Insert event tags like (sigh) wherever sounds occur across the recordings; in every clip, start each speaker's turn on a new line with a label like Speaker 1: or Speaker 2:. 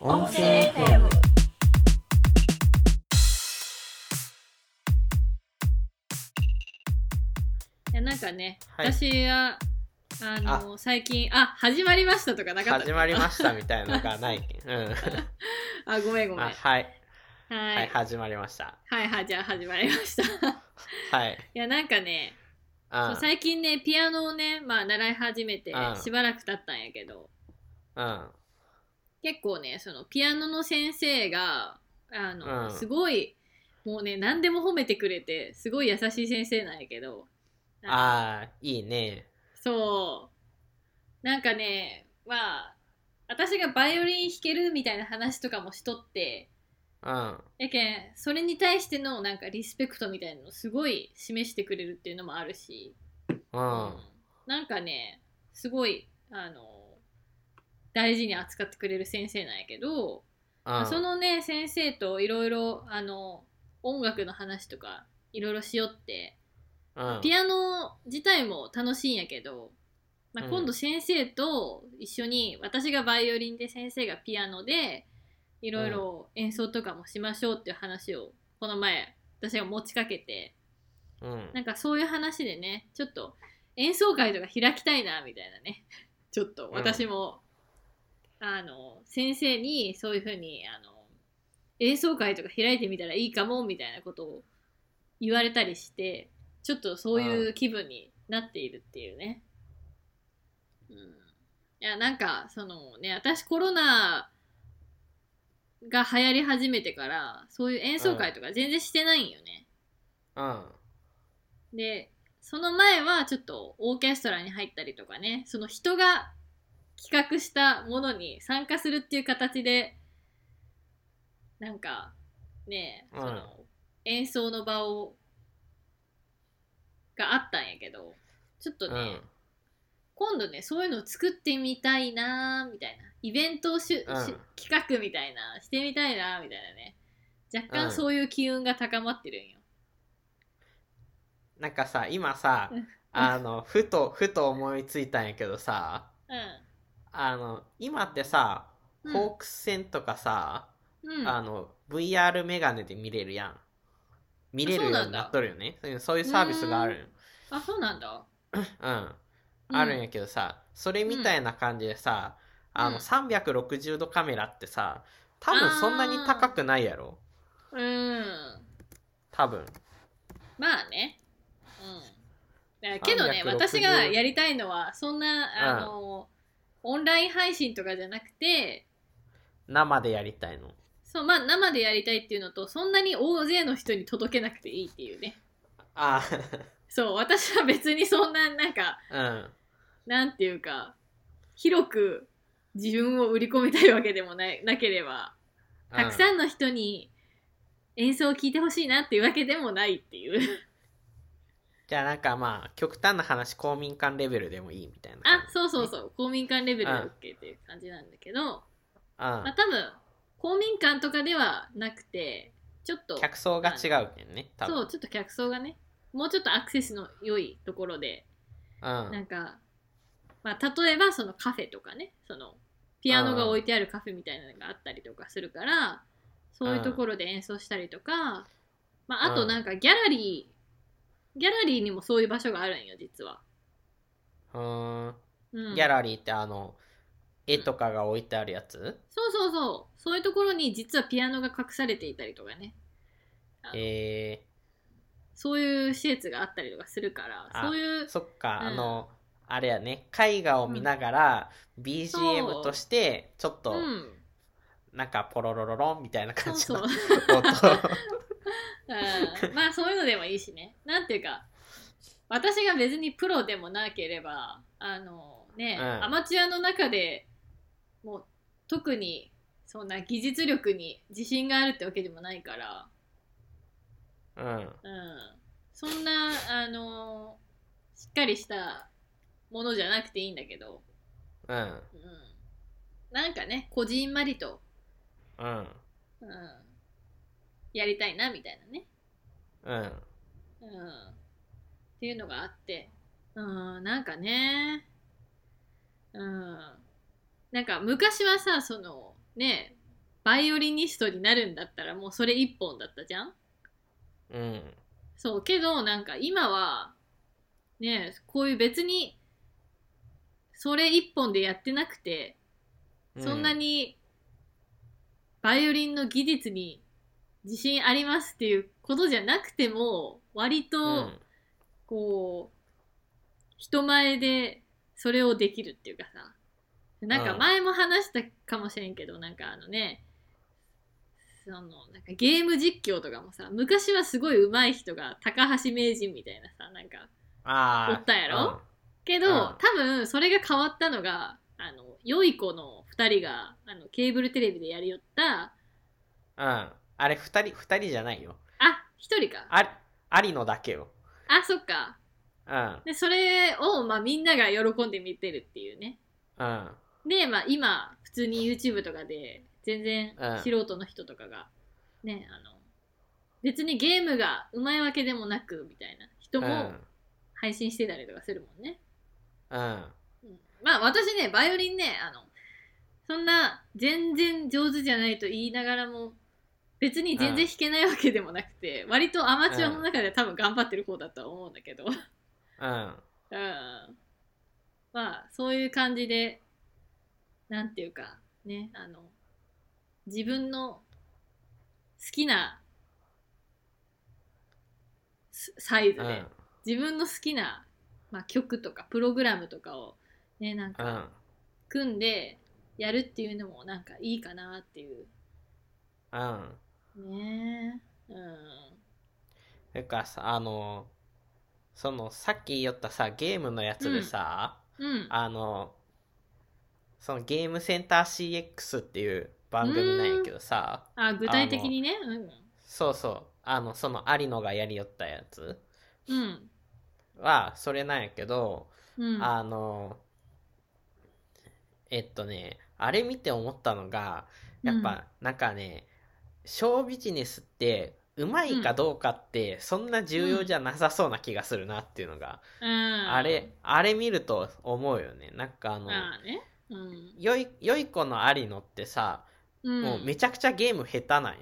Speaker 1: 音声 FM
Speaker 2: いやなんかね、
Speaker 3: はい
Speaker 2: 私はあの最近あ始まりましたとかなかった
Speaker 3: 始まりましたみたいなのがないけん。うん。
Speaker 2: あごめんごめん
Speaker 3: あ
Speaker 2: はい
Speaker 3: はい、は、
Speaker 2: はいい
Speaker 3: 始まりました。
Speaker 2: はいじゃあ始まりました (laughs) い
Speaker 3: はい。
Speaker 2: やなんかねそう
Speaker 3: あ
Speaker 2: 最近ねピアノをねまあ習い始めて
Speaker 3: うん
Speaker 2: しばらく経ったんやけど
Speaker 3: うん。
Speaker 2: 結構ねそのピアノの先生があの、
Speaker 3: うん
Speaker 2: すごいもうね何でも褒めてくれてすごい優しい先生なんやけどなんか
Speaker 3: ああ、いいね。
Speaker 2: そうなんかねまあ私がバイオリン弾けるみたいな話とかもしとって
Speaker 3: うん。
Speaker 2: やけんそれに対してのなんかリスペクトみたいなのをすごい示してくれるっていうのもあるし、
Speaker 3: う。
Speaker 2: うんなんかねすごいあの大事に扱ってくれる先生なんやけど、
Speaker 3: うん。
Speaker 2: そのね先生といろいろあの音楽の話とかいろいろしよって
Speaker 3: うん、
Speaker 2: ピアノ自体も楽しいんやけど、まあ、
Speaker 3: うん
Speaker 2: 今度先生と一緒に、私がバイオリンで先生がピアノでいろいろ演奏とかもしましょうっていう話をこの前私が持ちかけて
Speaker 3: うん
Speaker 2: なんかそういう話でねちょっと演奏会とか開きたいなみたいなね (laughs) ちょっと私も、あの先生にそういうふうにあの演奏会とか開いてみたらいいかもみたいなことを言われたりしてちょっとそういう気分になっているっていうね。うん、いやなんかそのね私コロナが流行り始めてからそういう演奏会とか全然してないんよね。
Speaker 3: うん。
Speaker 2: でその前はちょっとオーケストラに入ったりとかねその人が企画したものに参加するっていう形でなんかね
Speaker 3: うん
Speaker 2: その演奏の場をがあったんやけどちょっとね、
Speaker 3: うん
Speaker 2: 今度ねそういうのを作ってみたいなーみたいなイベントをしゅ、し
Speaker 3: うん
Speaker 2: 企画みたいなしてみたいなーみたいなね若
Speaker 3: うん
Speaker 2: 干そういう機運が高まってるんよ。
Speaker 3: なんかさ、今さ
Speaker 2: うん、
Speaker 3: あの、ふと、ふと思いついたんやけどさ、あの、今ってさ、
Speaker 2: うん
Speaker 3: ホークス戦とかさ、
Speaker 2: うん、うん
Speaker 3: あの、VR メガネで見れるやん。見れるようになっとるよね。そういうサービスがあるんよ
Speaker 2: あ、そうなんだ。
Speaker 3: うん。
Speaker 2: うん
Speaker 3: あるんやけどさ、それみたいな感じでさ、
Speaker 2: うん
Speaker 3: あの、360度カメラってさ、多分そんなに高くないやろ。
Speaker 2: うーん。
Speaker 3: 多分。
Speaker 2: まあね。うん。だけどね、
Speaker 3: 360
Speaker 2: 私がやりたいのは、そんな、あの、オンライン配信とかじゃなくて、
Speaker 3: 生でやりたいの。
Speaker 2: そう、まあ生でやりたいっていうのと、そんなに大勢の人に届けなくていいっていうね。
Speaker 3: あ
Speaker 2: そう、私は別にそんな、なんか、
Speaker 3: あ、
Speaker 2: なんていうか、広く自分を売り込みたいわけでもないなければ、
Speaker 3: うん。
Speaker 2: たく
Speaker 3: ん。
Speaker 2: さんの人に演奏を聴いてほしいなっていうわけでもないっていう。
Speaker 3: じゃあなんかまあ、極端な話、公民館レベルでもいいみたいな感
Speaker 2: あ
Speaker 3: じ。
Speaker 2: そうそうそう公民館レベルで
Speaker 3: うん
Speaker 2: OK っていう感じなんだけど、
Speaker 3: あ
Speaker 2: まあ、多分公民館とかではなくてちょっと
Speaker 3: 客層が違うけんね、多分。
Speaker 2: そうちょっと客層がねもうちょっとアクセスの良いところで、
Speaker 3: うん。
Speaker 2: なんか、まあ、例えばそのカフェとかねそのピアノが置いてあるカフェみたいなのがあったりとかするからそういうところで演奏したりとか、まあ、あとなんかギャラリーギャラリーにもそういう場所があるんよ実は、
Speaker 3: うーん。
Speaker 2: うん、
Speaker 3: ギャラリーってあの、絵とかが置いてあるやつ
Speaker 2: そうそうそう。そういうところに実はピアノが隠されていたりとかね。あの
Speaker 3: え
Speaker 2: そういう施設があったりとかするから、
Speaker 3: あ
Speaker 2: そういう
Speaker 3: ー、、そっか、
Speaker 2: うん
Speaker 3: あの、あれやね、絵画を見ながら、
Speaker 2: そ
Speaker 3: BGM
Speaker 2: う
Speaker 3: として、ちょっと、
Speaker 2: うん。
Speaker 3: なんかポロロロロンみたいな
Speaker 2: そ
Speaker 3: 感
Speaker 2: う
Speaker 3: じ
Speaker 2: そ
Speaker 3: の
Speaker 2: う
Speaker 3: 音。。
Speaker 2: うんまあそういうのでもいいしね。 (laughs) なんていうか、私が別にプロでもなければ、あのね、
Speaker 3: うん
Speaker 2: アマチュアの中でもう特にそんな技術力に自信があるってわけでもないから、
Speaker 3: うん。
Speaker 2: うんそんな、あのしっかりしたものじゃなくていいんだけど、
Speaker 3: うん。
Speaker 2: うん、なんかね、こじんまりと、
Speaker 3: うん。
Speaker 2: うん、やりたいなみたいなね、
Speaker 3: うん。
Speaker 2: うん、っていうのがあって、うん、なんかね、うん、なんか昔はさ、そのね、バイオリニストになるんだったらもうそれ一本だったじゃん
Speaker 3: うん
Speaker 2: そうけどなんか今はねこういう別にそれ一本でやってなくてそんなにバイオリンの技術に自信ありますっていうことじゃなくても割
Speaker 3: う
Speaker 2: と
Speaker 3: ん
Speaker 2: こう人前でそれをできるっていうかさなんか
Speaker 3: うん
Speaker 2: 前も話したかもしれんけどなんかあのねそのなんかゲーム実況とかもさ昔はすごい上手い人が高橋名人みたいなさなんか
Speaker 3: ああ
Speaker 2: おったやろけど、
Speaker 3: うん
Speaker 2: 多分それが変わったのがあの良い子の2人があのケーブルテレビでやりよった
Speaker 3: うん、うん、あれ二人二人じゃないよ
Speaker 2: あ一1人かあ
Speaker 3: ありありのだけよ
Speaker 2: そっか
Speaker 3: うん
Speaker 2: でそれを、まあ、みんなが喜んで見てるっていうね
Speaker 3: うん
Speaker 2: で、まあ、今普通に YouTube とかで全然
Speaker 3: うん
Speaker 2: 素人の人とかが、ねあの別にゲームがうまいわけでもなくみたいな人
Speaker 3: う
Speaker 2: も
Speaker 3: ん
Speaker 2: 配信してたりとかするもんね、
Speaker 3: うん
Speaker 2: うんまあ私ねバイオリンねあのそんな全然上手じゃないと言いながらも別に全然弾けないわけでもなくて、割とアマチュアの中で多分頑張ってる方だとは思うんだけど、うん、
Speaker 3: うん
Speaker 2: まあそういう感じでなんていうかねあの自分の好きなスサイズで、
Speaker 3: うん
Speaker 2: 自分の好きな、まあ、曲とかプログラムとかをねなん
Speaker 3: う
Speaker 2: か、
Speaker 3: ん
Speaker 2: 組んでやるっていうのもなんかいいかなっていう
Speaker 3: うん
Speaker 2: ねえうん
Speaker 3: てかさあのそのさっき言ったさゲームのやつでさ、
Speaker 2: うん
Speaker 3: あのそのゲームセンター CX っていう番組なんやけどさ
Speaker 2: あ具体的にね
Speaker 3: そうそうあのその有野がやりよったやつ
Speaker 2: うん
Speaker 3: はそれなんやけど、
Speaker 2: うんうん
Speaker 3: あのえっとねあれ見て思ったのがやっぱなんかね、ショービジネスってうまいかどうかってそんな重要じゃなさそうな気がするなっていうのが、
Speaker 2: うん
Speaker 3: あれあれ見ると思うよねなんかあの、
Speaker 2: ああねうん
Speaker 3: よいよい子の有野ってさ、
Speaker 2: うん
Speaker 3: もうめちゃくちゃゲーム下手なんよ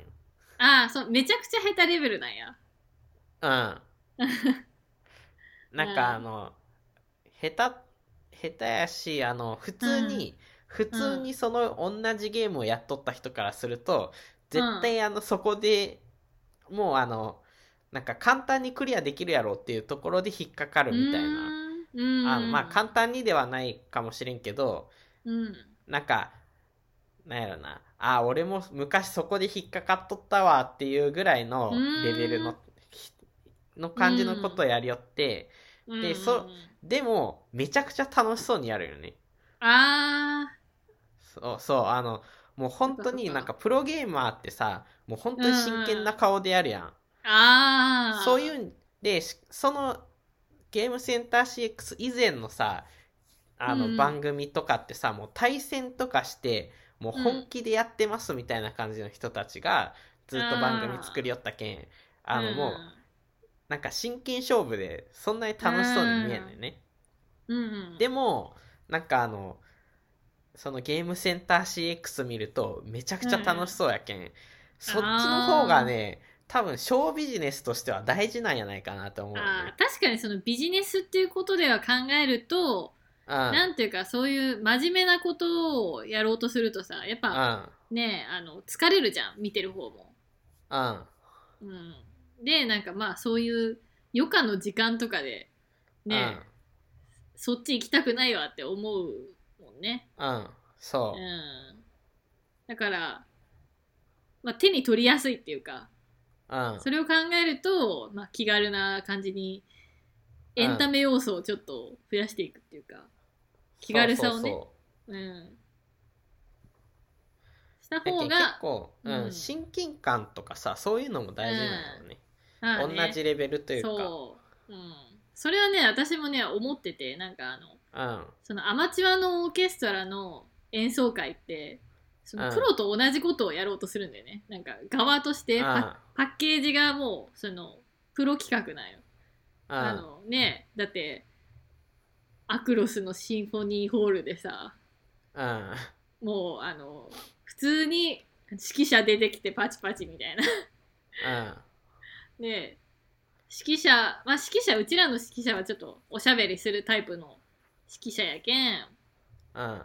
Speaker 2: ああそうめちゃくちゃ下手レベルなんや (laughs)
Speaker 3: うん。なんかあ
Speaker 2: うん
Speaker 3: の、下手、下手やし、あの、普通に、普通にその同じゲームをやっとった人からすると、絶対あの、そこでもうあの、なんか簡単にクリアできるやろうっていうところで引っかかるみたいな。
Speaker 2: うん
Speaker 3: あのまあ簡
Speaker 2: 単
Speaker 3: 単にではないかもしれんけど、
Speaker 2: うん
Speaker 3: なんか、なんやろな、あ、俺も昔そこで引っかかっとったわっていうぐらいのレベル
Speaker 2: う
Speaker 3: の
Speaker 2: ん、
Speaker 3: ひの感じのことをやりよって、
Speaker 2: うん
Speaker 3: でそでも、めちゃくちゃ楽しそうにやるよね。
Speaker 2: ああ
Speaker 3: そう、そう、あの、もう本当
Speaker 2: そ
Speaker 3: に
Speaker 2: っかそっか
Speaker 3: なんかプロゲーマーってさ、もう本当に真剣な顔でやるやん。
Speaker 2: ああ
Speaker 3: そうい
Speaker 2: うん
Speaker 3: うんで、しそのゲームセンター CX 以前のさ、あ
Speaker 2: う
Speaker 3: の
Speaker 2: ん
Speaker 3: 番組とかってさ、もう対戦とかして、もう本気でやってますみたいな感じの人たちが、ずっと番組作りよったけん、あのもう、なんか真剣勝負で、そんなに楽しそうに見えないね。
Speaker 2: うんうん
Speaker 3: でもなんかあのそのゲームセンター CX 見るとめちゃくちゃ楽しそうやけん、そっちの方がね多分ショービジネスとしては大事なんやないかなと思うよ
Speaker 2: あ
Speaker 3: ね
Speaker 2: ー確かにそのビジネスっていうことでは考えると、なんていうかそういう真面目なことをやろうとするとさやっぱねあの疲れるじゃん見てる方も。
Speaker 3: うんうんうん
Speaker 2: うん、でなんかまあそういう余暇の時間とかでね、そっち行きたくないわって思うもんね。
Speaker 3: うんうんそうう、
Speaker 2: ん、だから、まあ、手に取りやすいっていうか
Speaker 3: うん、
Speaker 2: それを考えると、まあ、気軽な感じにエンタメ要素をちょっと増やしていくっていうか。気軽さをね
Speaker 3: そうそう
Speaker 2: うんし
Speaker 3: そ
Speaker 2: た
Speaker 3: うだ
Speaker 2: 方
Speaker 3: けん
Speaker 2: が
Speaker 3: 結、構、うん
Speaker 2: うん
Speaker 3: 親近感とかさそういうのも大事なのね、
Speaker 2: まあね
Speaker 3: 同じレベルというか
Speaker 2: そう、うん、それはね私もね思っててなんかあ
Speaker 3: う
Speaker 2: の
Speaker 3: ん
Speaker 2: そのアマチュアのオーケストラの演奏会ってその
Speaker 3: うん
Speaker 2: プロと同じことをやろうとするんだよね、なんか側として
Speaker 3: うん
Speaker 2: パパッケージがもうそのプロ企画なんよ、
Speaker 3: うん
Speaker 2: あのねだってアクロスのシンフォニーホールでさ
Speaker 3: うん
Speaker 2: もうあの普通に指揮者出てきてパチパチみたいな。で指揮者まあ指揮者うちらの指揮者はちょっとおしゃべりするタイプの指揮者やけん
Speaker 3: うんうん
Speaker 2: あの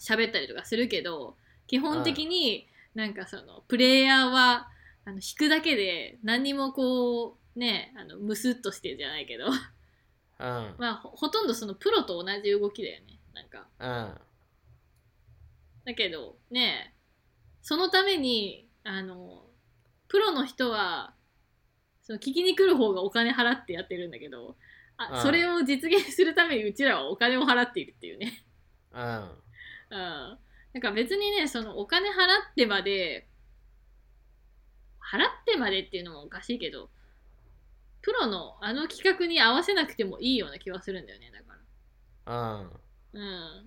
Speaker 2: 喋ったりとかするけど基本的になんかそのプレイヤーはあの弾くだけで何にもこうねあのムスッとしてじゃないけど
Speaker 3: う
Speaker 2: (laughs)
Speaker 3: ん
Speaker 2: まあほほとんどそのプロと同じ動きだよねなんか
Speaker 3: うん
Speaker 2: だけどねそのためにあのプロの人はその聞きに来る方がお金払ってやってるんだけどあ、
Speaker 3: うん
Speaker 2: それを実現するためにうちらはお金を払っているっていうね
Speaker 3: うん
Speaker 2: うんなんか別にねそのお金払ってまで払ってまでっていうのもおかしいけどプロのあの企画に合わせなくてもいいような気はするんだよねだから
Speaker 3: うん
Speaker 2: うん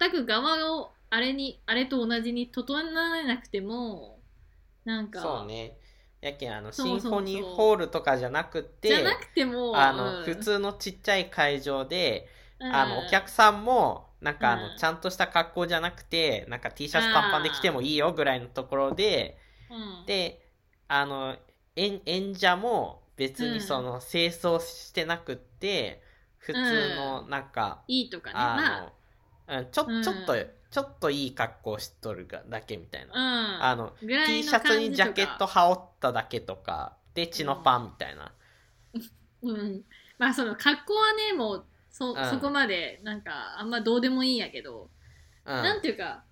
Speaker 2: 全く側をあれにあれと同じに整えなくてもなんか
Speaker 3: そうねやけんあの
Speaker 2: そう
Speaker 3: シ
Speaker 2: そう
Speaker 3: ンフォ
Speaker 2: そう
Speaker 3: ニーホールとかじゃなくて
Speaker 2: じゃなくても
Speaker 3: あの、
Speaker 2: うん
Speaker 3: 普通のちっちゃい会場で、
Speaker 2: うん
Speaker 3: あのお客さんもなんかあの、
Speaker 2: うん
Speaker 3: ちゃんとした格好じゃなくてなんか T シャツ短パンで来てもいいよぐらいのところで、
Speaker 2: うん
Speaker 3: であの演演者も別
Speaker 2: うん
Speaker 3: にその清掃してなくって、普通のなんか、
Speaker 2: いいとかね
Speaker 3: あの、うん、ちょ
Speaker 2: うん
Speaker 3: ちょっと、ちょっといい格好しとるがだけみたいな、
Speaker 2: まあ
Speaker 3: あの
Speaker 2: うんぐらい
Speaker 3: T
Speaker 2: の
Speaker 3: シャ
Speaker 2: 感じとか
Speaker 3: ツにジャケット羽織っただけとかで血のパンみたいな、
Speaker 2: うん、まあその格好はねもう
Speaker 3: う
Speaker 2: そ,、
Speaker 3: ん
Speaker 2: そこまでなんかあんまどうでもいいんやけど、
Speaker 3: うん
Speaker 2: なんていうか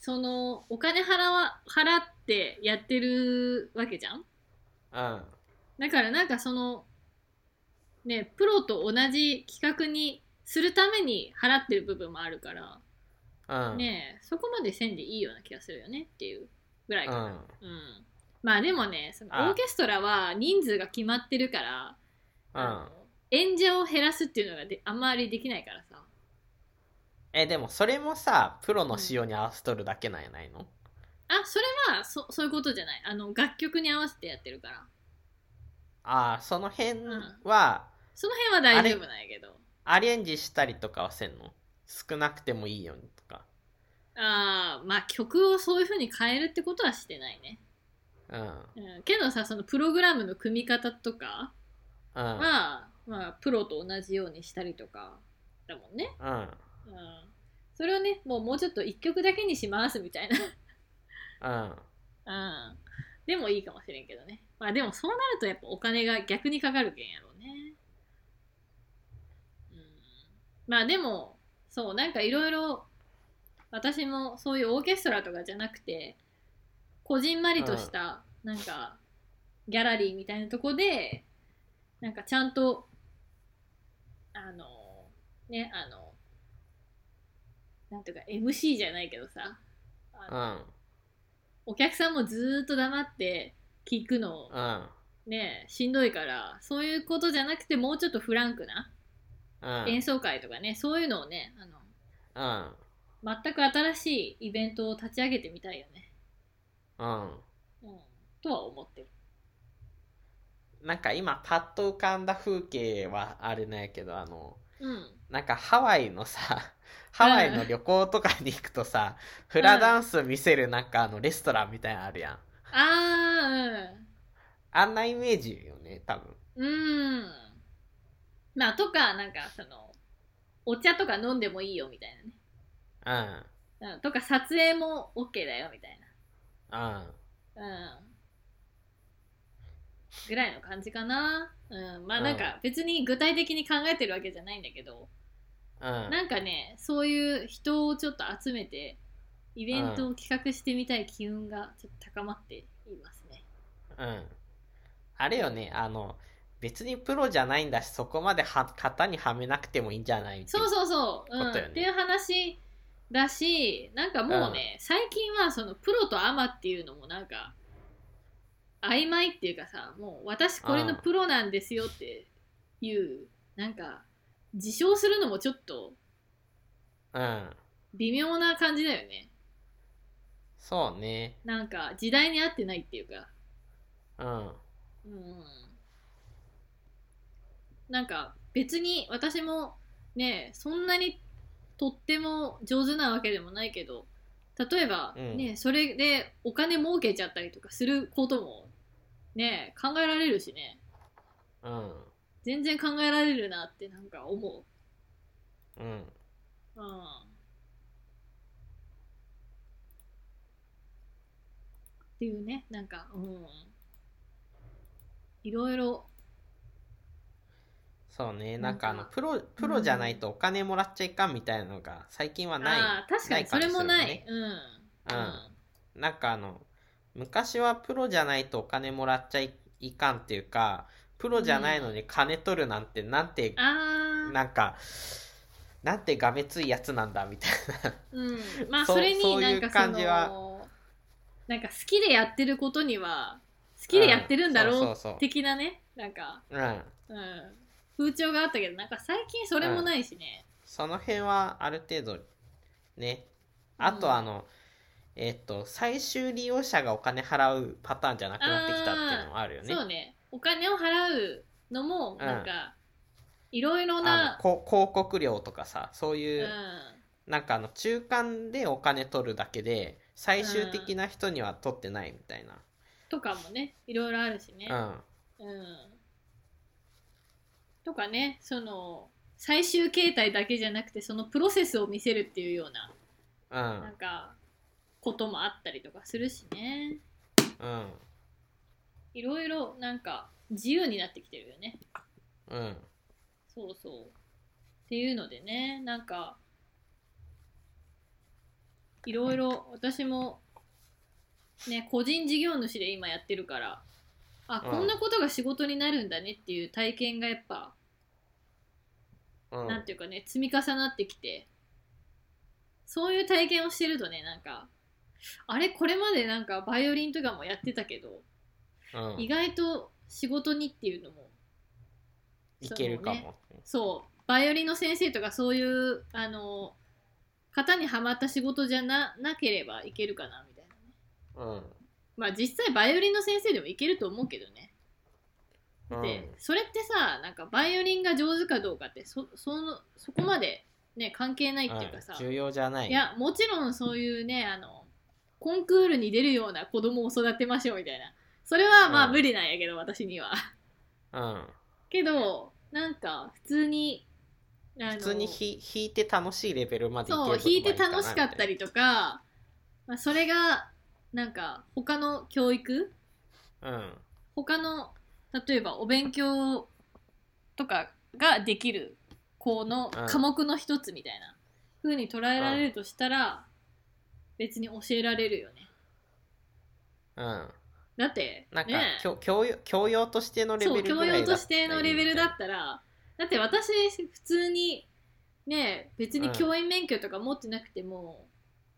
Speaker 2: そのお金払わ払ってやってるわけじゃん
Speaker 3: うん
Speaker 2: だからなんかそのねプロと同じ企画にするために払ってる部分もあるから、
Speaker 3: うん、
Speaker 2: ねえそこまでせんでいいような気がするよねっていうぐらいか
Speaker 3: う
Speaker 2: な、
Speaker 3: ん
Speaker 2: うんまあでもねその
Speaker 3: あ
Speaker 2: オーケストラは人数が決まってるから
Speaker 3: うん
Speaker 2: 演者を減らすっていうのがであんまりできないからさ
Speaker 3: えでもそれもさプロの仕様に合わせとるだけなんやないの、
Speaker 2: あそれはそそういうことじゃないあの楽曲に合わせてやってるから
Speaker 3: ああその辺は
Speaker 2: その辺は大丈夫なんやけど
Speaker 3: アレンジしたりとかはせんの少なくてもいいようにとか
Speaker 2: ああーまあ曲をそういう風に変えるってことはしてないね、
Speaker 3: うんうん
Speaker 2: うん、けどさそのプログラムの組み方とか
Speaker 3: うん
Speaker 2: は、まあプロと同じようにしたりとかだもんね、
Speaker 3: うん
Speaker 2: うん、それをねもうもうちょっと1曲だけにしますみたいな
Speaker 3: うん
Speaker 2: うんでもいいかもしれんけどね。まあでもそうなるとやっぱお金が逆にかかるけんやろうね。うん、まあでも、そう、なんかいろいろ私もそういうオーケストラとかじゃなくて、こじんまりとした、なんかギャラリーみたいなとこで、なんかちゃんと、あの、ね、あの、なんていうか MC じゃないけどさ、あの
Speaker 3: うん
Speaker 2: お客さんもずーっと黙って聞くの
Speaker 3: うん
Speaker 2: ねしんどいからそういうことじゃなくてもうちょっとフランクな
Speaker 3: うん
Speaker 2: 演奏会とかねそういうのをねあの
Speaker 3: うん
Speaker 2: 全く新しいイベントを立ち上げてみたいよね、
Speaker 3: うん
Speaker 2: うん、とは思ってる
Speaker 3: なんか今パッと浮かんだ風景はあれなんやけどあの
Speaker 2: うん
Speaker 3: なんかハワイのさ (laughs) ハワイの旅行とかに行くとさ、フラダンス見せるなんかあのレストランみたいなのあるやん
Speaker 2: あー
Speaker 3: あんなイメージよね多分
Speaker 2: うんうんまあとかなんかそのお茶とか飲んでもいいよみたい
Speaker 3: うん
Speaker 2: なね、うん、とか撮影も OK だよみたい
Speaker 3: うん
Speaker 2: なうんぐらいの感じかなうんまあなんか別に具体的に考えてるわけじゃないんだけど、
Speaker 3: うん
Speaker 2: なんかねそういう人をちょっと集めてイベントを企画してみたい機運がちょっと高まっていますね。
Speaker 3: うんあれよねあの別にプロじゃないんだしそこまでは型にはめなくてもいいんじゃないってい
Speaker 2: そうそうそう、
Speaker 3: こ
Speaker 2: うん
Speaker 3: とよね
Speaker 2: っていう話だしなんかもうね、最近はそのプロとアマっていうのもなんか曖昧っていうかさもう私これのプロなんですよっていうなんか自称するのもちょっと
Speaker 3: うん
Speaker 2: 微妙な感じだよね
Speaker 3: そうね
Speaker 2: なんか時代に合ってないっていうか
Speaker 3: うん
Speaker 2: うんなんか別に私もねそんなにとっても上手なわけでもないけど例えば、
Speaker 3: うん
Speaker 2: ねそれでお金儲けちゃったりとかすることもね考えられるしね
Speaker 3: うん
Speaker 2: 全然考えられるなってなんか思
Speaker 3: うん
Speaker 2: う、うん、っていうねなんかうんいろいろ
Speaker 3: そうねなんかあの
Speaker 2: なんか
Speaker 3: プロプロじゃないとお金もらっちゃいかんみたいなのが最近はない、
Speaker 2: ああ確かにそ
Speaker 3: ない感
Speaker 2: れ
Speaker 3: じす
Speaker 2: も
Speaker 3: る
Speaker 2: ない
Speaker 3: ね
Speaker 2: うん、
Speaker 3: なんかあの昔はプロじゃないとお金もらっちゃいいかんっていうかプロじゃないのに金取るなんてなんて、
Speaker 2: ああ
Speaker 3: なんかなんてがめついやつなんだみたいな
Speaker 2: うんまあ
Speaker 3: そ
Speaker 2: それに
Speaker 3: そう
Speaker 2: ない
Speaker 3: うん
Speaker 2: かそ
Speaker 3: 感じは
Speaker 2: のなんか好きでやってることには好きでやってるんだ
Speaker 3: うん
Speaker 2: ろ
Speaker 3: そううそうそう
Speaker 2: 的なねなんか、
Speaker 3: うん
Speaker 2: うん、風潮があったけどなんか最近それもないしね、
Speaker 3: その辺はある程度ねあ
Speaker 2: うん
Speaker 3: とあの、えっと最終利用者がお金払うパターンじゃなくなってきたっていうのもあるよね
Speaker 2: そうねお金を払うのも
Speaker 3: ん
Speaker 2: なんかいろいろ
Speaker 3: あ
Speaker 2: な
Speaker 3: の、こ広告料とかさそう
Speaker 2: う
Speaker 3: い
Speaker 2: ん
Speaker 3: う、なんかあの中間でお金取るだけで最終的な人には取ってないみたいな、
Speaker 2: とかもねいろいろあるしね、うんとかねその最終形態だけじゃなくてそのプロセスを見せるっていうような
Speaker 3: うん
Speaker 2: なんかこともあったりとかするしね
Speaker 3: うん
Speaker 2: いろいろなんか自由になってきてるよね
Speaker 3: うんうん
Speaker 2: そうそうっていうのでねなんかいろいろ私もね個人事業主で今やってるからあ
Speaker 3: うん
Speaker 2: こんなことが仕事になるんだねっていう体験がやっぱ、
Speaker 3: うん
Speaker 2: なんていうかね積み重なってきてそういう体験をしてるとねなんかあれこれまでなんかバイオリンとかもやってたけど、
Speaker 3: うん
Speaker 2: 意外と仕事にっていうのも
Speaker 3: いけるかも、
Speaker 2: そうバイオリンの先生とかそういうあの型にはまった仕事じゃななければいけるかなみたいなね
Speaker 3: うん
Speaker 2: まあ実際バイオリンの先生でもいけると思うけどね
Speaker 3: うん
Speaker 2: でそれってさなんかバイオリンが上手かどうかってそそのそこまでね関係ないっていうかさ、
Speaker 3: うん重要じゃない
Speaker 2: いやもちろんそういうねあのコンクールに出るような子供を育てましょうみたいなそれはまあ
Speaker 3: うん
Speaker 2: 無理なんやけど、私には (laughs)
Speaker 3: うん、
Speaker 2: けどなんか普通にあの
Speaker 3: 普通にひ弾いて楽しいレベルまでいける
Speaker 2: そう
Speaker 3: とこ
Speaker 2: 弾いて
Speaker 3: まで
Speaker 2: 楽しかったりとか、まあ、それがなんか他の教育
Speaker 3: かなみたいなうん
Speaker 2: 他の例えばお勉強とかができる子の
Speaker 3: うん
Speaker 2: 科目の一つみたいな風に捉えられるとしたら、別に教えられるよね
Speaker 3: うん、
Speaker 2: だって
Speaker 3: なんか、
Speaker 2: ね
Speaker 3: 教教養教養としてのレ
Speaker 2: そ
Speaker 3: ベ
Speaker 2: う
Speaker 3: ルぐ
Speaker 2: 教
Speaker 3: らい
Speaker 2: 養
Speaker 3: だ
Speaker 2: と
Speaker 3: っ
Speaker 2: した
Speaker 3: らい
Speaker 2: て
Speaker 3: いみた
Speaker 2: の
Speaker 3: いな
Speaker 2: レベルだったらだって私普通にね別に
Speaker 3: うん
Speaker 2: 教員免許とか持ってなくても、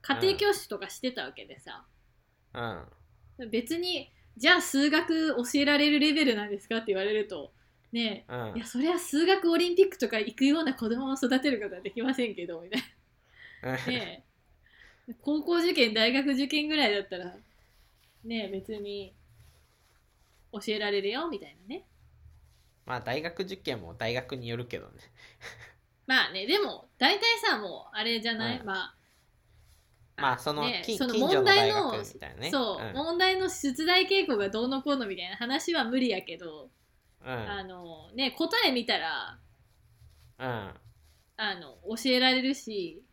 Speaker 2: 家庭教師とかしてたわけでさ、
Speaker 3: うん
Speaker 2: 別にじゃあ数学教えられるレベルなんですかって言われるとね
Speaker 3: う
Speaker 2: い
Speaker 3: ん
Speaker 2: やそりゃ数学オリンピックとか行くような子供を育てることはできませんけどみたい
Speaker 3: (laughs)
Speaker 2: なね高校受験大学受験ぐらいだったらね別に教えられるよみたいなね
Speaker 3: まあ大学受験も大学によるけどね
Speaker 2: まあね、でも、大体さ、もう、あれじゃない、
Speaker 3: うん
Speaker 2: まあ、
Speaker 3: まあその,、
Speaker 2: ね
Speaker 3: 近
Speaker 2: その
Speaker 3: 近所の大学みたいなね
Speaker 2: そう、問題の出題傾向がどうのこうのみたいな話は無理やけど、
Speaker 3: うんうん
Speaker 2: あの、ね、答え見たら、
Speaker 3: うん
Speaker 2: あの、教えられるし、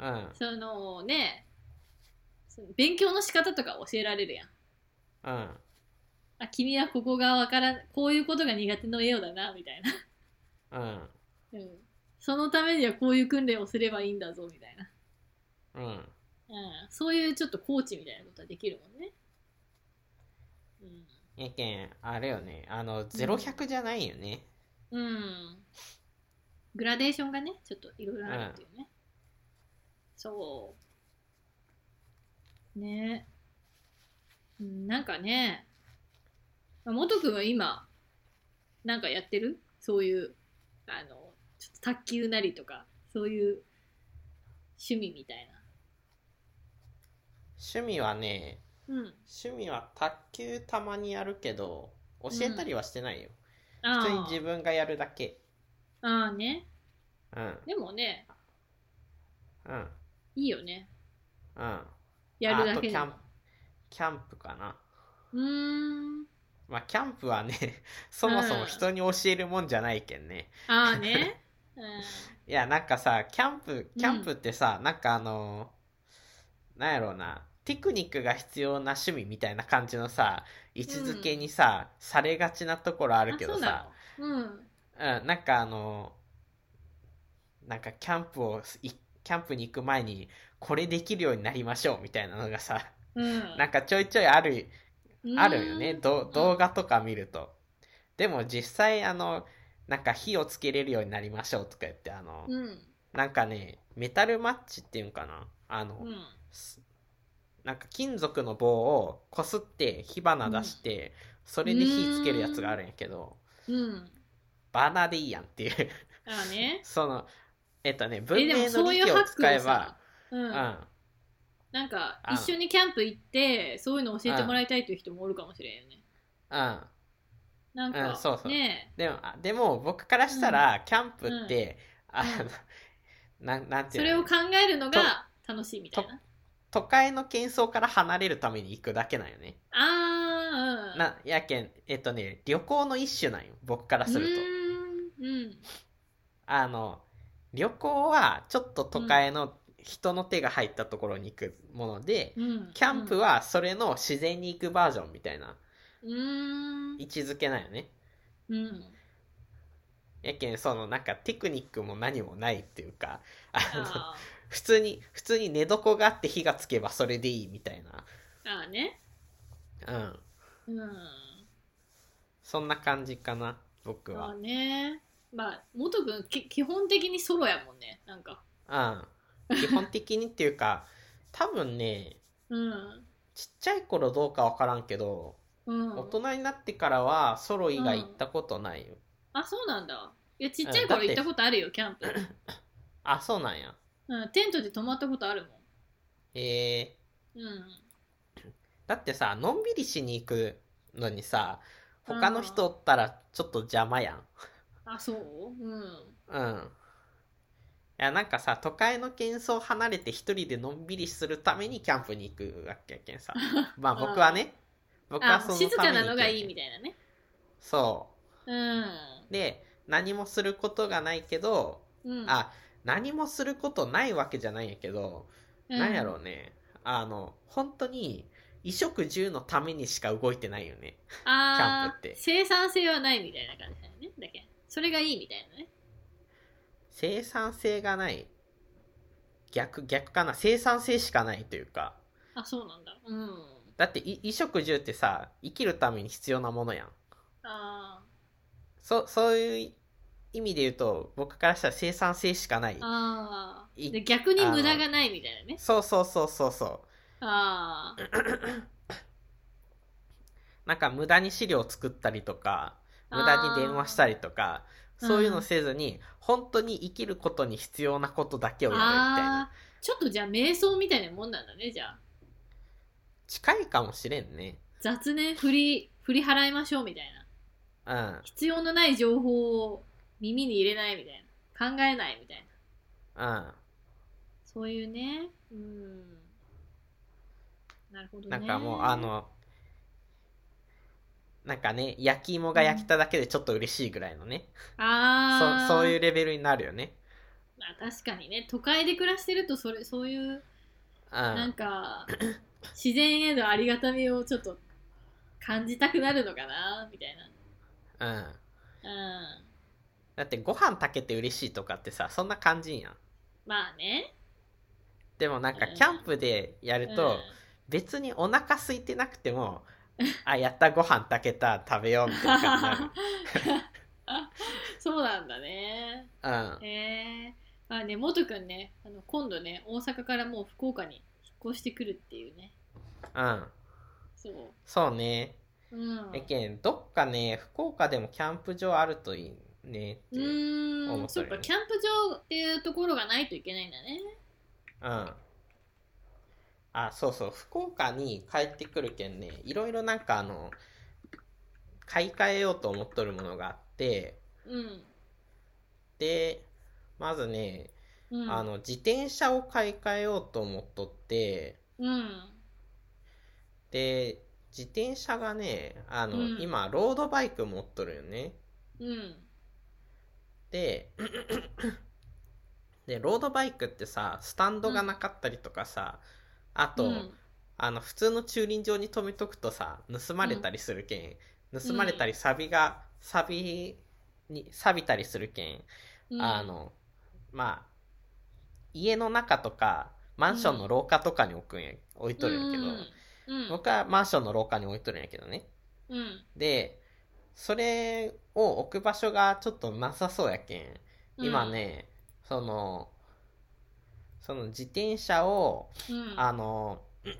Speaker 3: うん
Speaker 2: そのね、その勉強の仕方とか教えられるやん。
Speaker 3: うん
Speaker 2: あ、君はここがわからん、こういうことが苦手のようだな、みたいな。
Speaker 3: うん
Speaker 2: (laughs) うん。そのためにはこういう訓練をすればいいんだぞ、みたいな。
Speaker 3: うん
Speaker 2: うん。そういうちょっとコーチみたいなことはできるもんね。うん。
Speaker 3: やけんあれよねあの0100じゃないよね
Speaker 2: うん。グラデーションがね、ちょっといろいろあるっていうね。そう。ねうんなんかね、もとくんは今、なんかやってるそういう、あの、ちょっと卓球なりとか、そういう趣味みたい
Speaker 3: 趣味はね
Speaker 2: な。うん。
Speaker 3: 趣味は卓球たまにやるけど教えたりはしてないよ、
Speaker 2: あ
Speaker 3: 普通に
Speaker 2: ー
Speaker 3: 自分がやるだけ
Speaker 2: あーね。
Speaker 3: うん
Speaker 2: でもね、
Speaker 3: うん
Speaker 2: いいよね。
Speaker 3: うん。
Speaker 2: やるだけ
Speaker 3: あとキ
Speaker 2: で
Speaker 3: ャンプ、キャンプかな。
Speaker 2: うーん
Speaker 3: まあ、キャンプはね、 (laughs) そもそも人に教えるもんじゃないけんね。
Speaker 2: ああ
Speaker 3: (laughs)
Speaker 2: ね、うん、
Speaker 3: いや、なんかさ、キャンプ、キャンプってさ、なんかあの、なんやろうな、テクニックが必要な趣味みたいな感じのさ、位置づけにさ、されがちなところあるけどさ、
Speaker 2: あそうなのうん
Speaker 3: うん、なんかあの、なんかキャンプを、いキャンプに行く前に、これできるようになりましょうみたいなのがさ、
Speaker 2: うん
Speaker 3: なんかちょいちょいある、
Speaker 2: うん
Speaker 3: あるよね、ど動画とか見ると。でも実際あの、なんか火をつけれるようになりましょうとか言って、あの、
Speaker 2: うん
Speaker 3: なんかね、メタルマッチっていうんかなあの、
Speaker 2: うん
Speaker 3: すなんか金属の棒をこすって火花出して、それで火つけるやつがあるんやけど、
Speaker 2: うん
Speaker 3: バーナーでいいやんっていう。 (laughs)
Speaker 2: ああね
Speaker 3: その、えっとね、文
Speaker 2: えでも
Speaker 3: 明の
Speaker 2: そう
Speaker 3: 利
Speaker 2: いう
Speaker 3: 器
Speaker 2: ハ
Speaker 3: を
Speaker 2: ック
Speaker 3: 使え
Speaker 2: を
Speaker 3: ば
Speaker 2: さ、、う
Speaker 3: うんん、
Speaker 2: なんか
Speaker 3: あ
Speaker 2: 一緒にキャンプ行ってそういうの教えてもらいたいという人もおるかもしれんよね
Speaker 3: うん。
Speaker 2: なんか、
Speaker 3: うんそうそう
Speaker 2: ね
Speaker 3: でも、あでも僕からしたら、キャンプって、あ
Speaker 2: うん
Speaker 3: の、なん、なんて
Speaker 2: そ
Speaker 3: いう
Speaker 2: れ
Speaker 3: の
Speaker 2: を考えるのが楽しいみたいな
Speaker 3: 都会の喧騒から離れるために行くだけなんよね。
Speaker 2: ああうん
Speaker 3: な、やけん、えっとね、旅行の一種なんよ、僕からすると
Speaker 2: う。ーんうん
Speaker 3: あの、旅行はちょっと都会の人の手が入ったところに行くもので、
Speaker 2: うん
Speaker 3: キャンプはそれの自然に行くバージョンみたいな
Speaker 2: うーん
Speaker 3: 位置づけなんよね。
Speaker 2: うん
Speaker 3: やけん、そのなんかテクニックも何もないっていうか、あの、
Speaker 2: あー
Speaker 3: 普通に、普通に寝床があって火がつけばそれでいいみたいな。
Speaker 2: あーね
Speaker 3: うん。
Speaker 2: うん
Speaker 3: そんな感じかな、僕
Speaker 2: まあ
Speaker 3: は。
Speaker 2: ねまあ元君き基本的にソロやもんねなんか
Speaker 3: うん。基本的にっていうか、多分ね、
Speaker 2: うん
Speaker 3: ちっちゃい頃どうかわからんけど、
Speaker 2: うん
Speaker 3: 大人になってからはソロ以外行ったことないよ。
Speaker 2: あそうなんだいやちっちゃ
Speaker 3: う
Speaker 2: い
Speaker 3: んだっ
Speaker 2: 頃
Speaker 3: て
Speaker 2: 行ったことあるよキャン
Speaker 3: (coughs)
Speaker 2: プ、
Speaker 3: あ、そうなんや。
Speaker 2: うん、テントで泊まったことある
Speaker 3: ええ
Speaker 2: もんうん
Speaker 3: だってさ、のんびりしに行くのにさ、他の人おったらちょっと邪魔やん。
Speaker 2: あそううん
Speaker 3: うん。いや、なんかさ、都会の喧騒離れて一人でのんびりするためにキャンプに行くわけやけん
Speaker 2: (laughs)
Speaker 3: さ。まあ僕はね、僕は
Speaker 2: あ
Speaker 3: そのために
Speaker 2: 静
Speaker 3: 行く
Speaker 2: かなのがいい
Speaker 3: やけん
Speaker 2: みたいなね
Speaker 3: そ
Speaker 2: うん
Speaker 3: う。で、何もすることがないけど、
Speaker 2: うん、
Speaker 3: あ、何もすることないわけじゃないんやけど、
Speaker 2: うん、
Speaker 3: なんやろうね。あの、本当に、衣食住のためにしか動いてないよね。
Speaker 2: あ
Speaker 3: キャンプって
Speaker 2: ー生産性はないみたいな感じだよねだけどそれがいいみたいなね
Speaker 3: 生産性がない。逆、逆かな。生産性しかないというか。
Speaker 2: あそうなんだうん
Speaker 3: だってい、衣食住ってさ、生きるために必要なものやん。
Speaker 2: あー
Speaker 3: そ、そういう意味で言うと、僕からしたら生産性しかない。
Speaker 2: あー
Speaker 3: い
Speaker 2: で逆に無駄がないみたいなね
Speaker 3: そうそうそうそうそう。
Speaker 2: ああ
Speaker 3: なんか無駄に資料を作ったりとか、無駄に電話したりとか、そういうのせずに、本当に生きることに必要なことだけをやるみたいな。
Speaker 2: あーちょっとじゃあ瞑想みたいなもんなんだねじゃあ
Speaker 3: 近いかもしれんね。
Speaker 2: 雑念振り振り払いましょうみたいな
Speaker 3: うん。
Speaker 2: 必要のない情報を耳に入れないみたいな考えないみたいな
Speaker 3: うん。
Speaker 2: そういうねうんなるほどね
Speaker 3: なんかもう、あの、なんかね、焼き芋が焼けただけでちょっと嬉しいぐらいのね。
Speaker 2: あ、
Speaker 3: そそういううレベルになるよね。
Speaker 2: まあ、確かにね都会で暮らしてるとそれそういう
Speaker 3: う
Speaker 2: なん
Speaker 3: ん。 (clears throat)
Speaker 2: か自然へのありがたみをちょっと感じたくなるのかなみたい
Speaker 3: うん。
Speaker 2: なうん
Speaker 3: だってご飯炊けて嬉しいとかってさ、そんな感じやん。
Speaker 2: まあね
Speaker 3: でもなんか
Speaker 2: うん
Speaker 3: キャンプでやると、別にお腹空いてなくても、あ、やったご飯炊けた、食べようみたいな感じに
Speaker 2: そうなんだね。
Speaker 3: なる。う
Speaker 2: (laughs)
Speaker 3: ん。
Speaker 2: えー、まあね、もとくんね、あの今度ね、大阪からもう福岡に引っ越してくるっていうね。
Speaker 3: うん。
Speaker 2: そう。
Speaker 3: そうね。
Speaker 2: うん。
Speaker 3: えけん、どっかね、福岡でもキャンプ場あるといいねって
Speaker 2: う
Speaker 3: いう。
Speaker 2: ー
Speaker 3: 思
Speaker 2: ん、
Speaker 3: った
Speaker 2: そ
Speaker 3: よ
Speaker 2: っ
Speaker 3: ね
Speaker 2: か、キャンプ場っていうところがないといけないんだね。
Speaker 3: うん。あ、そうそう、福岡に帰ってくるけんね、いろいろなんかあの、買い替えようと思っとるものがあって、
Speaker 2: うん。
Speaker 3: で、まずね、
Speaker 2: うん、
Speaker 3: あの自転車を買い替えようと思っとって
Speaker 2: うん
Speaker 3: で自転車がねあの、
Speaker 2: うん
Speaker 3: 今ロードバイク持っとるよね
Speaker 2: うん
Speaker 3: ででロードバイクってさスタンドがなかったりとかさ、あと、
Speaker 2: うん
Speaker 3: あの普通の駐輪場に止めとくとさ盗まれたりするけん、盗まれたり錆が錆に錆びたりするけん、
Speaker 2: うん
Speaker 3: あのまあ家の中とかマンションの廊下とかに置くんや、置いとるんやけど、
Speaker 2: うん
Speaker 3: 僕はマンションの廊下に置いとるんやけどね
Speaker 2: うん
Speaker 3: でそれを置く場所がちょっとなさそうやけん今、ね、そのその自転車を
Speaker 2: うん、
Speaker 3: あの (clears throat)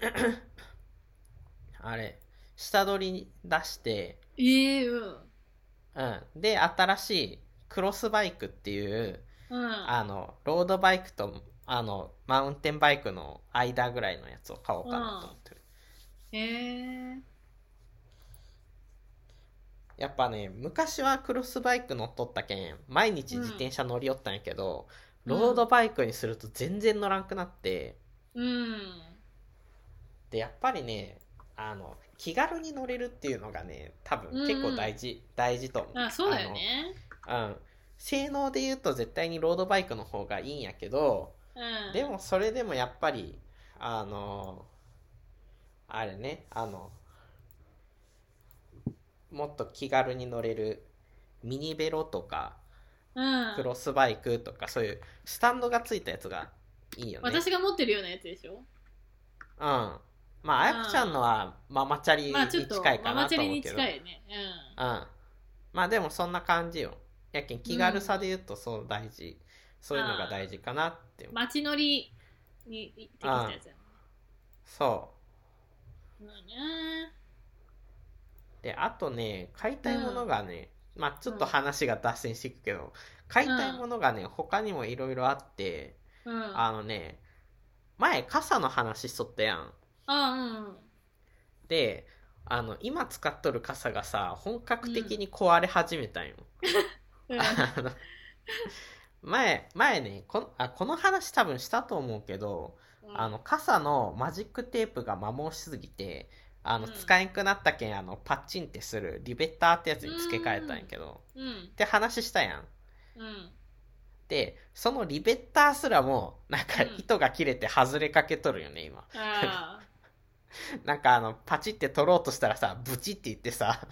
Speaker 3: あれ下取りに出して、
Speaker 2: ええうん
Speaker 3: うん、で新しいクロスバイクっていう
Speaker 2: うん
Speaker 3: あのロードバイクとあのマウンテンバイクの間ぐらいのやつを買おうかなと思ってる、
Speaker 2: ええ
Speaker 3: やっぱね昔はクロスバイク乗っとったけん毎日自転車乗りよったんやけど、
Speaker 2: うん
Speaker 3: ロードバイクにすると全然乗らんくなって
Speaker 2: うん
Speaker 3: でやっぱりねあの気軽に乗れるっていうのがね多分結構大事、大事と思う
Speaker 2: あそうだよね
Speaker 3: あのうん性能で言うと絶対にロードバイクの方がいいんやけど
Speaker 2: うん
Speaker 3: でもそれでもやっぱりあのあれねあのもっと気軽に乗れるミニベロとか
Speaker 2: うん
Speaker 3: クロスバイクとかそういうスタンドがついたやつがいいよね。うん、
Speaker 2: 私が持ってるようなやつでしょ
Speaker 3: まああやこちゃんのはママチャリ
Speaker 2: まあちょっ
Speaker 3: に
Speaker 2: と
Speaker 3: 近いか
Speaker 2: マ
Speaker 3: な
Speaker 2: マチ
Speaker 3: と
Speaker 2: ャリ
Speaker 3: 思う
Speaker 2: に
Speaker 3: けど、
Speaker 2: 近いね
Speaker 3: うんまあでもそんな感じよ。やけん気軽さで言うとそう大事、そういうのが大事かなって
Speaker 2: う
Speaker 3: 思
Speaker 2: ん
Speaker 3: う。
Speaker 2: 街乗りに適したやつや
Speaker 3: そう
Speaker 2: もんね
Speaker 3: であとね買いたいものがね、まあちょっと話が脱線していくけど、買いたいものがね他にもいろいろあって、
Speaker 2: うんうんあ
Speaker 3: あのね前傘の話しとったやん
Speaker 2: うん
Speaker 3: であの今使っとる傘がさ本格的に壊れ始めたんよ、
Speaker 2: うん
Speaker 3: (laughs) あの前前ねこのあこの話多分したと思うけど、
Speaker 2: うん
Speaker 3: あの傘のマジックテープが摩耗しすぎてあの
Speaker 2: うん
Speaker 3: 使えんくなったけんあのパッチンってするリベッターってやつに付け替えたんやけど、
Speaker 2: うん
Speaker 3: って話したやん。
Speaker 2: うん
Speaker 3: で、そのリベッターすらも、なんか
Speaker 2: うん
Speaker 3: 糸が切れて外れかけとるよね、今。
Speaker 2: あ
Speaker 3: なんかあの、パチって取ろうとしたらさ、ブチって言って
Speaker 2: (laughs)
Speaker 3: さ、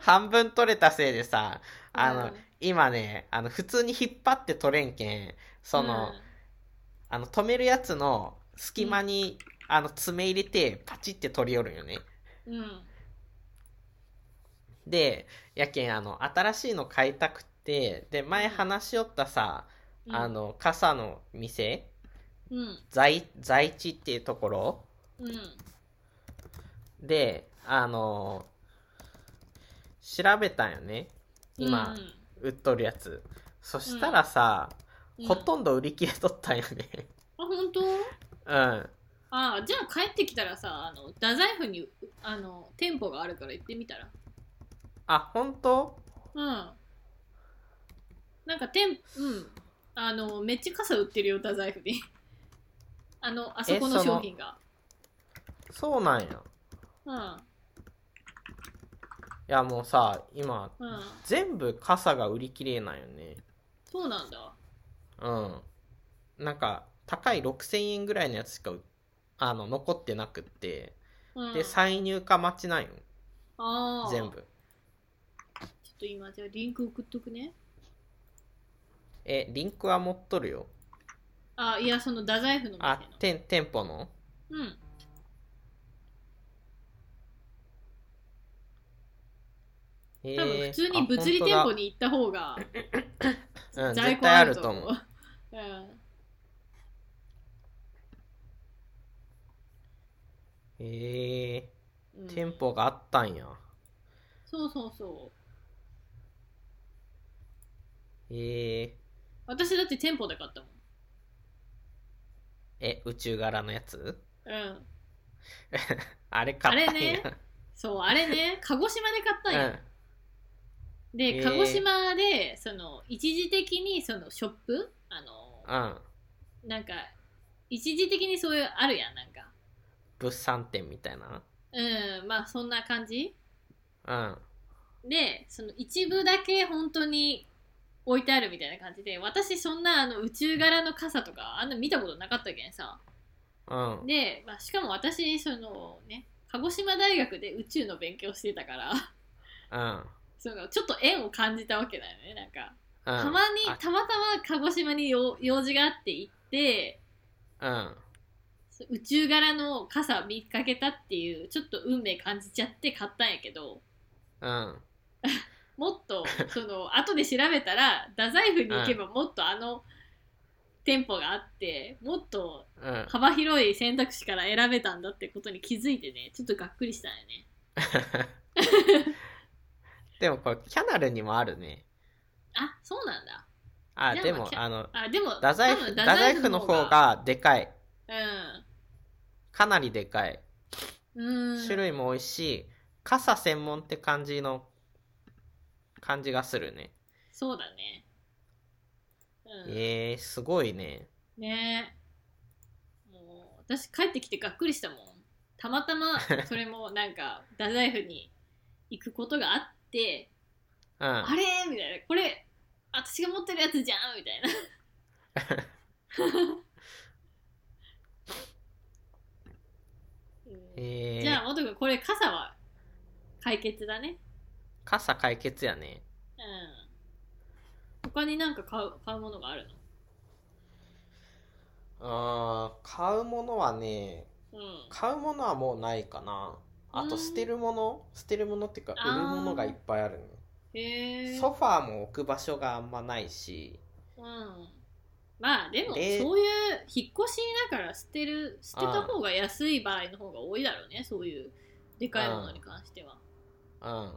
Speaker 3: 半分取れたせいでさ、
Speaker 2: ー
Speaker 3: あの、
Speaker 2: うん
Speaker 3: 今ね、あの、普通に引っ張って取れんけん、その、あの、止めるやつの隙間に、あの、爪入れて、パチって取り寄るんよね。
Speaker 2: うんうん
Speaker 3: で、やけん、あの、新しいの買いたくて、で、前話しよったさ、
Speaker 2: うん
Speaker 3: あの、傘の店、
Speaker 2: うん
Speaker 3: 在在地っていうところ
Speaker 2: うん
Speaker 3: であの調べたんよね今、
Speaker 2: うん
Speaker 3: 売っとるやつそしたらさ、
Speaker 2: うん
Speaker 3: ほとんど売り切れとったんよね
Speaker 2: あ本当
Speaker 3: うん
Speaker 2: あじゃあ帰ってきたらさあの太宰府にあの店舗があるから行ってみたら
Speaker 3: あ本当
Speaker 2: うんなんか店うんあのめっちゃ傘売ってるよ太宰府に (laughs) あのあそこ
Speaker 3: え
Speaker 2: の
Speaker 3: その
Speaker 2: 商品が
Speaker 3: そうなんや
Speaker 2: うん
Speaker 3: いやもうさ今、
Speaker 2: うん
Speaker 3: 全部傘が売り切れなんよね
Speaker 2: そうなんだ
Speaker 3: うんなんか高い6000円ぐらいのやつしかうあの残ってなくって
Speaker 2: うん
Speaker 3: で再入荷待ちなんよ
Speaker 2: あー
Speaker 3: 全部
Speaker 2: ちょっと今じゃあリンク送っとくね
Speaker 3: えリンクは持っとるよ
Speaker 2: あいやその太宰府の店の
Speaker 3: あ、店店舗の
Speaker 2: うん
Speaker 3: え
Speaker 2: 多分
Speaker 3: ー
Speaker 2: 普通に物理店舗に行った方が
Speaker 3: あ本当だうん、
Speaker 2: 在
Speaker 3: 絶
Speaker 2: 庫
Speaker 3: 対あ
Speaker 2: ある
Speaker 3: る
Speaker 2: と
Speaker 3: と
Speaker 2: 思
Speaker 3: 思
Speaker 2: う (laughs)
Speaker 3: う。
Speaker 2: うん
Speaker 3: へえ
Speaker 2: うん
Speaker 3: ー、店舗があったんや
Speaker 2: そうそうそう
Speaker 3: へえー、
Speaker 2: 私だって店舗で買ったもん
Speaker 3: え宇宙柄のやつ
Speaker 2: うん
Speaker 3: あれ買ったんや
Speaker 2: あれねそうあれね鹿児島で買ったんや、で、
Speaker 3: へー
Speaker 2: 鹿児島でその一時的にそのショップあの
Speaker 3: うん
Speaker 2: なんか一時的にそういうあるやんなんか
Speaker 3: 物産展みたいな
Speaker 2: うんまあそんな感じ
Speaker 3: うん
Speaker 2: でその一部だけ本当に置いてあるみたいな感じで私そんなあの宇宙柄の傘とかあんな見たことなかったけんさ
Speaker 3: うん
Speaker 2: で、まあ、しかも私そのね鹿児島大学で宇宙の勉強してたから (laughs)
Speaker 3: うん
Speaker 2: そのちょっと縁を感じたわけだよねなんか
Speaker 3: うん
Speaker 2: たまに
Speaker 3: あ
Speaker 2: たまたま鹿児島に用用事があって行って
Speaker 3: うん
Speaker 2: そう宇宙柄の傘見かけたっていうちょっと運命感じちゃって買ったんやけど
Speaker 3: うん
Speaker 2: もっと (laughs) その後で調べたら太宰府に行けばもっとあの店舗があってもっと
Speaker 3: うん (laughs)
Speaker 2: 幅広い選択肢から選べたんだってことに気づいてねちょっとがっくりしたんよね
Speaker 3: でもこれキャナルにもあるね
Speaker 2: あそうなんだ
Speaker 3: あ
Speaker 2: じゃあ
Speaker 3: で
Speaker 2: まあ
Speaker 3: も
Speaker 2: キャ
Speaker 3: あの
Speaker 2: あでも
Speaker 3: 太宰
Speaker 2: 多
Speaker 3: 府
Speaker 2: 分
Speaker 3: 太宰府の方がでかいかなりでかい
Speaker 2: うんうん
Speaker 3: 種類も多いし傘専門って感じの感じがするね
Speaker 2: そうだねうん
Speaker 3: えー、すごいね
Speaker 2: ねえもう私帰ってきてがっくりしたもんたまた
Speaker 3: (laughs)
Speaker 2: まそれもなんか太宰府に行くことがあって
Speaker 3: うん
Speaker 2: あれみたいなこれ私が持ってるやつじゃんみたいな
Speaker 3: (laughs)
Speaker 2: うん
Speaker 3: え
Speaker 2: じゃ
Speaker 3: ー、
Speaker 2: あ元君これ傘は解決だね
Speaker 3: 傘解決やね
Speaker 2: うん他になんか買う買うものがある
Speaker 3: あー買うものはね
Speaker 2: のうん
Speaker 3: 買うものはもうないかなあ
Speaker 2: う
Speaker 3: と
Speaker 2: ん
Speaker 3: 捨てるもの捨てるものっていうか
Speaker 2: あー
Speaker 3: 売るものがいっぱいあるね
Speaker 2: へえ
Speaker 3: ソファーも置く場所があんまないし
Speaker 2: うんまあでも
Speaker 3: で
Speaker 2: そういう引っ越しだから捨てる捨てた方が安い場合の方が多いだろうねそういうでかいものに関しては
Speaker 3: うん
Speaker 2: うん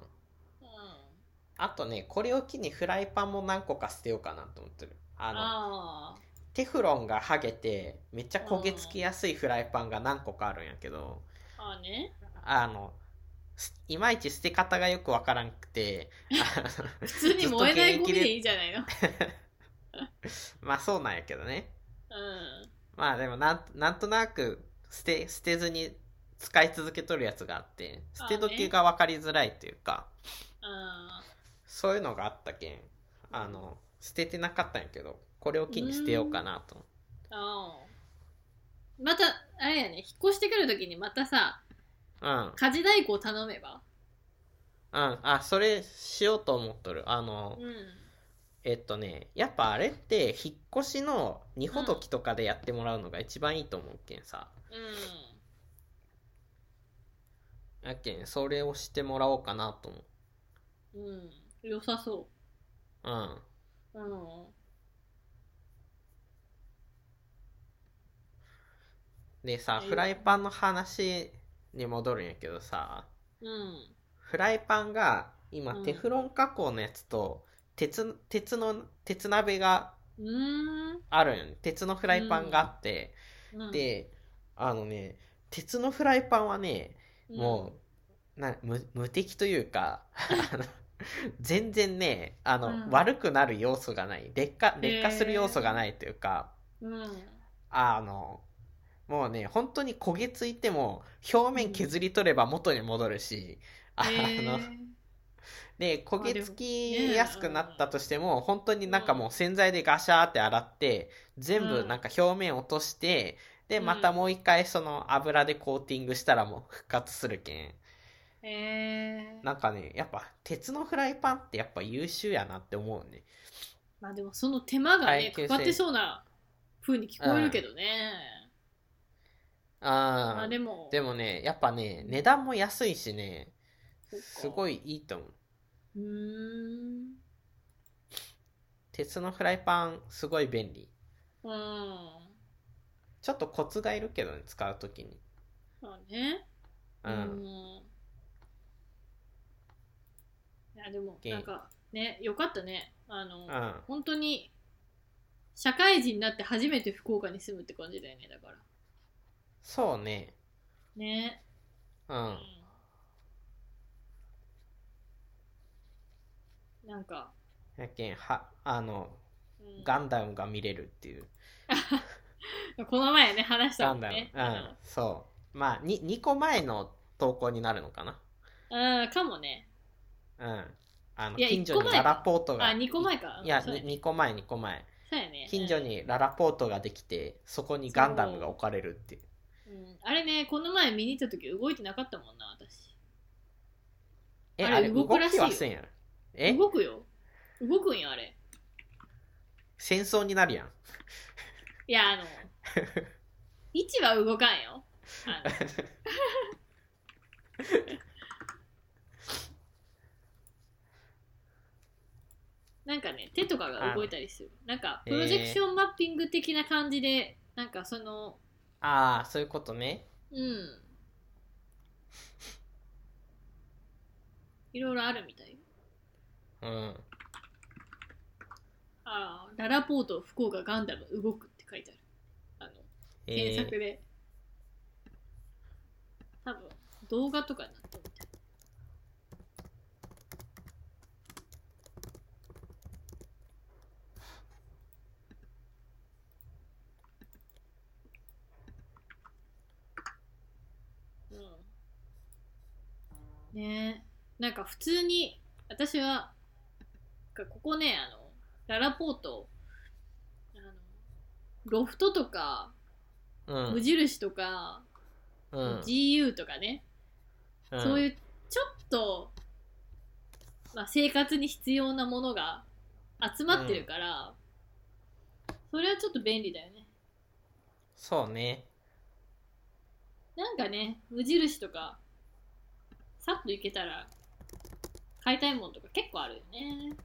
Speaker 3: あとねこれを機にフライパンも何個か捨てようかなと思ってるあの
Speaker 2: ああ
Speaker 3: テフロンが剥げてめっちゃ焦げつきやすいフライパンが何個かあるんやけど
Speaker 2: ああね
Speaker 3: あのすいまいち捨て方がよくわからんくて (laughs) あの
Speaker 2: 普通に燃えないゴミでいいじゃないの
Speaker 3: まあそうなんやけどね
Speaker 2: うん
Speaker 3: まあでもなんなんとなく捨て捨てずに使い続けとるやつがあって捨て時が分かりづらいというか
Speaker 2: あー
Speaker 3: そういうのがあったけんあの捨ててなかったんやけどこれを機に捨てようかなと
Speaker 2: あーまたあれやね引っ越してくるときにまたさ
Speaker 3: うん
Speaker 2: 家事代行頼めば
Speaker 3: うん、あ、それしようと思っとる。あの
Speaker 2: う、ん
Speaker 3: えっとね、やっぱあれって、引っ越しの荷ほどきとかでやってもらうのが一番いいと思うけんさ。
Speaker 2: うん
Speaker 3: やけん、それをしてもらおうかなと思う。
Speaker 2: うん良さそ
Speaker 3: うん。
Speaker 2: ううん
Speaker 3: でさ、
Speaker 2: うん
Speaker 3: フライパンの話に戻るんやけどさ、
Speaker 2: うん
Speaker 3: フライパンが
Speaker 2: う
Speaker 3: 今
Speaker 2: ん
Speaker 3: テフロン加工のやつと、鉄、鉄の、鉄鍋が
Speaker 2: うーん
Speaker 3: あるんよね。鉄のフライパンがあって、
Speaker 2: うん
Speaker 3: で、あのね、鉄のフライパンはね、
Speaker 2: うん
Speaker 3: もうな無無敵というかあの全然ねあの、
Speaker 2: うん
Speaker 3: 悪くなる要素がない劣化劣化する要素がないというか、
Speaker 2: うん
Speaker 3: あのもうね本当に焦げついても表面削り取れば元に戻るし、あので焦げつきやすくなったとしても本当になんかもう洗剤でガシャーって洗って全
Speaker 2: う
Speaker 3: 部
Speaker 2: ん
Speaker 3: なんか表面落として、で
Speaker 2: うん
Speaker 3: またもう一回その油でコーティングしたらもう (laughs) 復活するけん。
Speaker 2: へえ
Speaker 3: なんかね、やっぱ鉄のフライパンってやっぱ優秀やなって思うね。
Speaker 2: まあでもその手間がね
Speaker 3: 耐久性
Speaker 2: かかってそうな風に聞こえるけどね、ま
Speaker 3: あ
Speaker 2: あ
Speaker 3: ー
Speaker 2: でも
Speaker 3: でもね、やっぱね、値段も安いしね、
Speaker 2: そっか
Speaker 3: すごいいいと思う。
Speaker 2: うーん
Speaker 3: 鉄のフライパン、すごい便利。
Speaker 2: うん
Speaker 3: ちょっとコツがいるけどね、使うときに。
Speaker 2: まあね
Speaker 3: うん。
Speaker 2: いやでも
Speaker 3: ゲイ
Speaker 2: なんかねよかったねあの、
Speaker 3: うん。
Speaker 2: 本当に社会人になって初めて福岡に住むって感じだよねだから
Speaker 3: そうね。
Speaker 2: ね
Speaker 3: うん。
Speaker 2: なんか、
Speaker 3: やっけんはあの
Speaker 2: うん
Speaker 3: ガンダムが見れるっていう
Speaker 2: この前ね話した
Speaker 3: ガ
Speaker 2: も
Speaker 3: ン
Speaker 2: ん
Speaker 3: ダム、
Speaker 2: ね
Speaker 3: うんそうまあ 2, 2個前の投稿になるのかな
Speaker 2: うんうんかもね
Speaker 3: うんあの
Speaker 2: いや
Speaker 3: 近所
Speaker 2: 一個
Speaker 3: に
Speaker 2: 前
Speaker 3: ラ
Speaker 2: か
Speaker 3: ラポートが
Speaker 2: あ2個前か
Speaker 3: いや
Speaker 2: そうやね
Speaker 3: 2個前2個前
Speaker 2: そうやね
Speaker 3: 近所にララポートができてそこにガンダムが置かれるっていう
Speaker 2: うんあれねこの前見に行った時動いてなかったもんな私
Speaker 3: え
Speaker 2: あれ
Speaker 3: あれ
Speaker 2: 動
Speaker 3: 動
Speaker 2: くらしい
Speaker 3: き
Speaker 2: よ
Speaker 3: はせんやろえ
Speaker 2: 動くよ動くんよあれ
Speaker 3: 戦争になるやん
Speaker 2: いや
Speaker 3: (laughs)
Speaker 2: あの位置は動かんよあの
Speaker 3: (laughs)
Speaker 2: なんかね手とかが動いたりするなんかプロジェクションマッピング的な感じでなんかその
Speaker 3: ああそういうことね
Speaker 2: うんいろいろあるみたいよ
Speaker 3: うん
Speaker 2: ああララポート福岡ガンダム動くって書いてあるあの
Speaker 3: え
Speaker 2: 検
Speaker 3: ー
Speaker 2: 索で、多分動画とかになってるみたいうんねえなんか普通に私はなんかここねあのララポートあのロフトとか
Speaker 3: うん
Speaker 2: 無印とか、
Speaker 3: うん、
Speaker 2: GU とかね、
Speaker 3: うん
Speaker 2: そういうちょっと、まあ、生活に必要なものが集まってるから、それはちょっと便利だよね
Speaker 3: そうね
Speaker 2: なんかね無印とかさっと行けたら買いたいものとか結構あるよね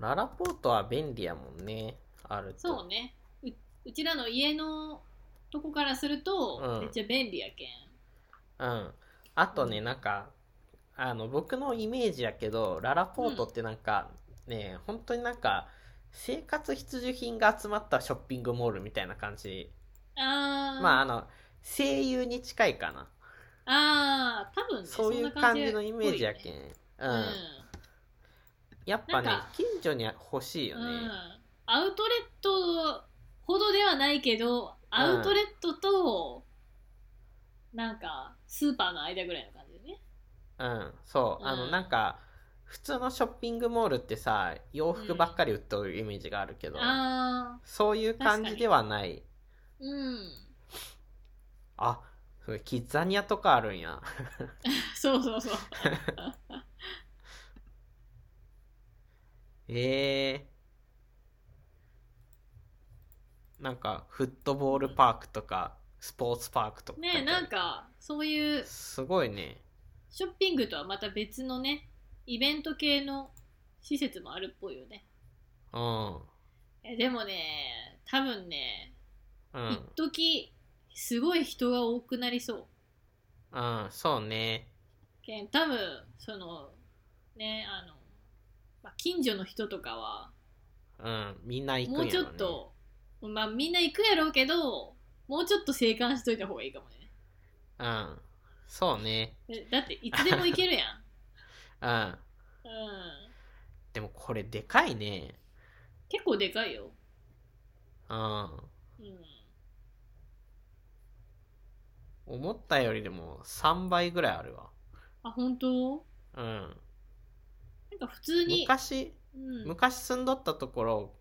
Speaker 3: ララポートは便利やもんねあると
Speaker 2: そうねううちらの家のとこからすると、
Speaker 3: うん
Speaker 2: めっちゃ便利やけん
Speaker 3: うん、あとね、
Speaker 2: うん
Speaker 3: なんかあの僕のイメージやけどララポートってなんか、ね本当になんか生活必需品が集まったショッピングモールみたいな感じ、
Speaker 2: あー、
Speaker 3: まああの声優に近いかな、
Speaker 2: あー多分ね
Speaker 3: そうい
Speaker 2: んな
Speaker 3: う感じ
Speaker 2: っぽ
Speaker 3: の
Speaker 2: い
Speaker 3: イ
Speaker 2: よ
Speaker 3: メージや
Speaker 2: ね
Speaker 3: けん、う
Speaker 2: うん
Speaker 3: やっぱね
Speaker 2: なんか
Speaker 3: 近所に欲しいよね、
Speaker 2: うん、アウトレットほどではないけどアウトレットと、なんかスーパーの間ぐらいの感じだね
Speaker 3: うん、そう、
Speaker 2: うん
Speaker 3: あのなんか普通のショッピングモールってさ洋服ばっかり売ってるイメージがあるけど、
Speaker 2: ああ
Speaker 3: そういう感じではない
Speaker 2: うん
Speaker 3: あそれキッザニアとかあるんや
Speaker 2: そうそうそう
Speaker 3: えー、なんかフットボールパークとかスポーツパークとか
Speaker 2: ねえなんかそういう
Speaker 3: すごいね
Speaker 2: ショッピングとはまた別のねイベント系の施設もあるっぽいよね
Speaker 3: うん
Speaker 2: えでもね多分ね
Speaker 3: う
Speaker 2: 一
Speaker 3: ん
Speaker 2: 時、すごい人が多くなりそう
Speaker 3: うんそうね
Speaker 2: けん多分そのねあの、まあ、近所の人とかは
Speaker 3: うんみんな行くん
Speaker 2: も
Speaker 3: やろ、
Speaker 2: う
Speaker 3: ね、
Speaker 2: ちょっと、まあみんな行くやろうけどもうちょっと静観しといた方がいいかもね
Speaker 3: うんそうね
Speaker 2: えだっていつでも行
Speaker 3: (laughs)
Speaker 2: けるやん
Speaker 3: うん
Speaker 2: うん
Speaker 3: でもこれでかいね
Speaker 2: 結構でかいよ
Speaker 3: うん
Speaker 2: うん
Speaker 3: 思ったよりでも3倍ぐらいあるわ
Speaker 2: あ本当
Speaker 3: うん
Speaker 2: なんか普通に、
Speaker 3: 昔
Speaker 2: うん、
Speaker 3: 昔住んどったところ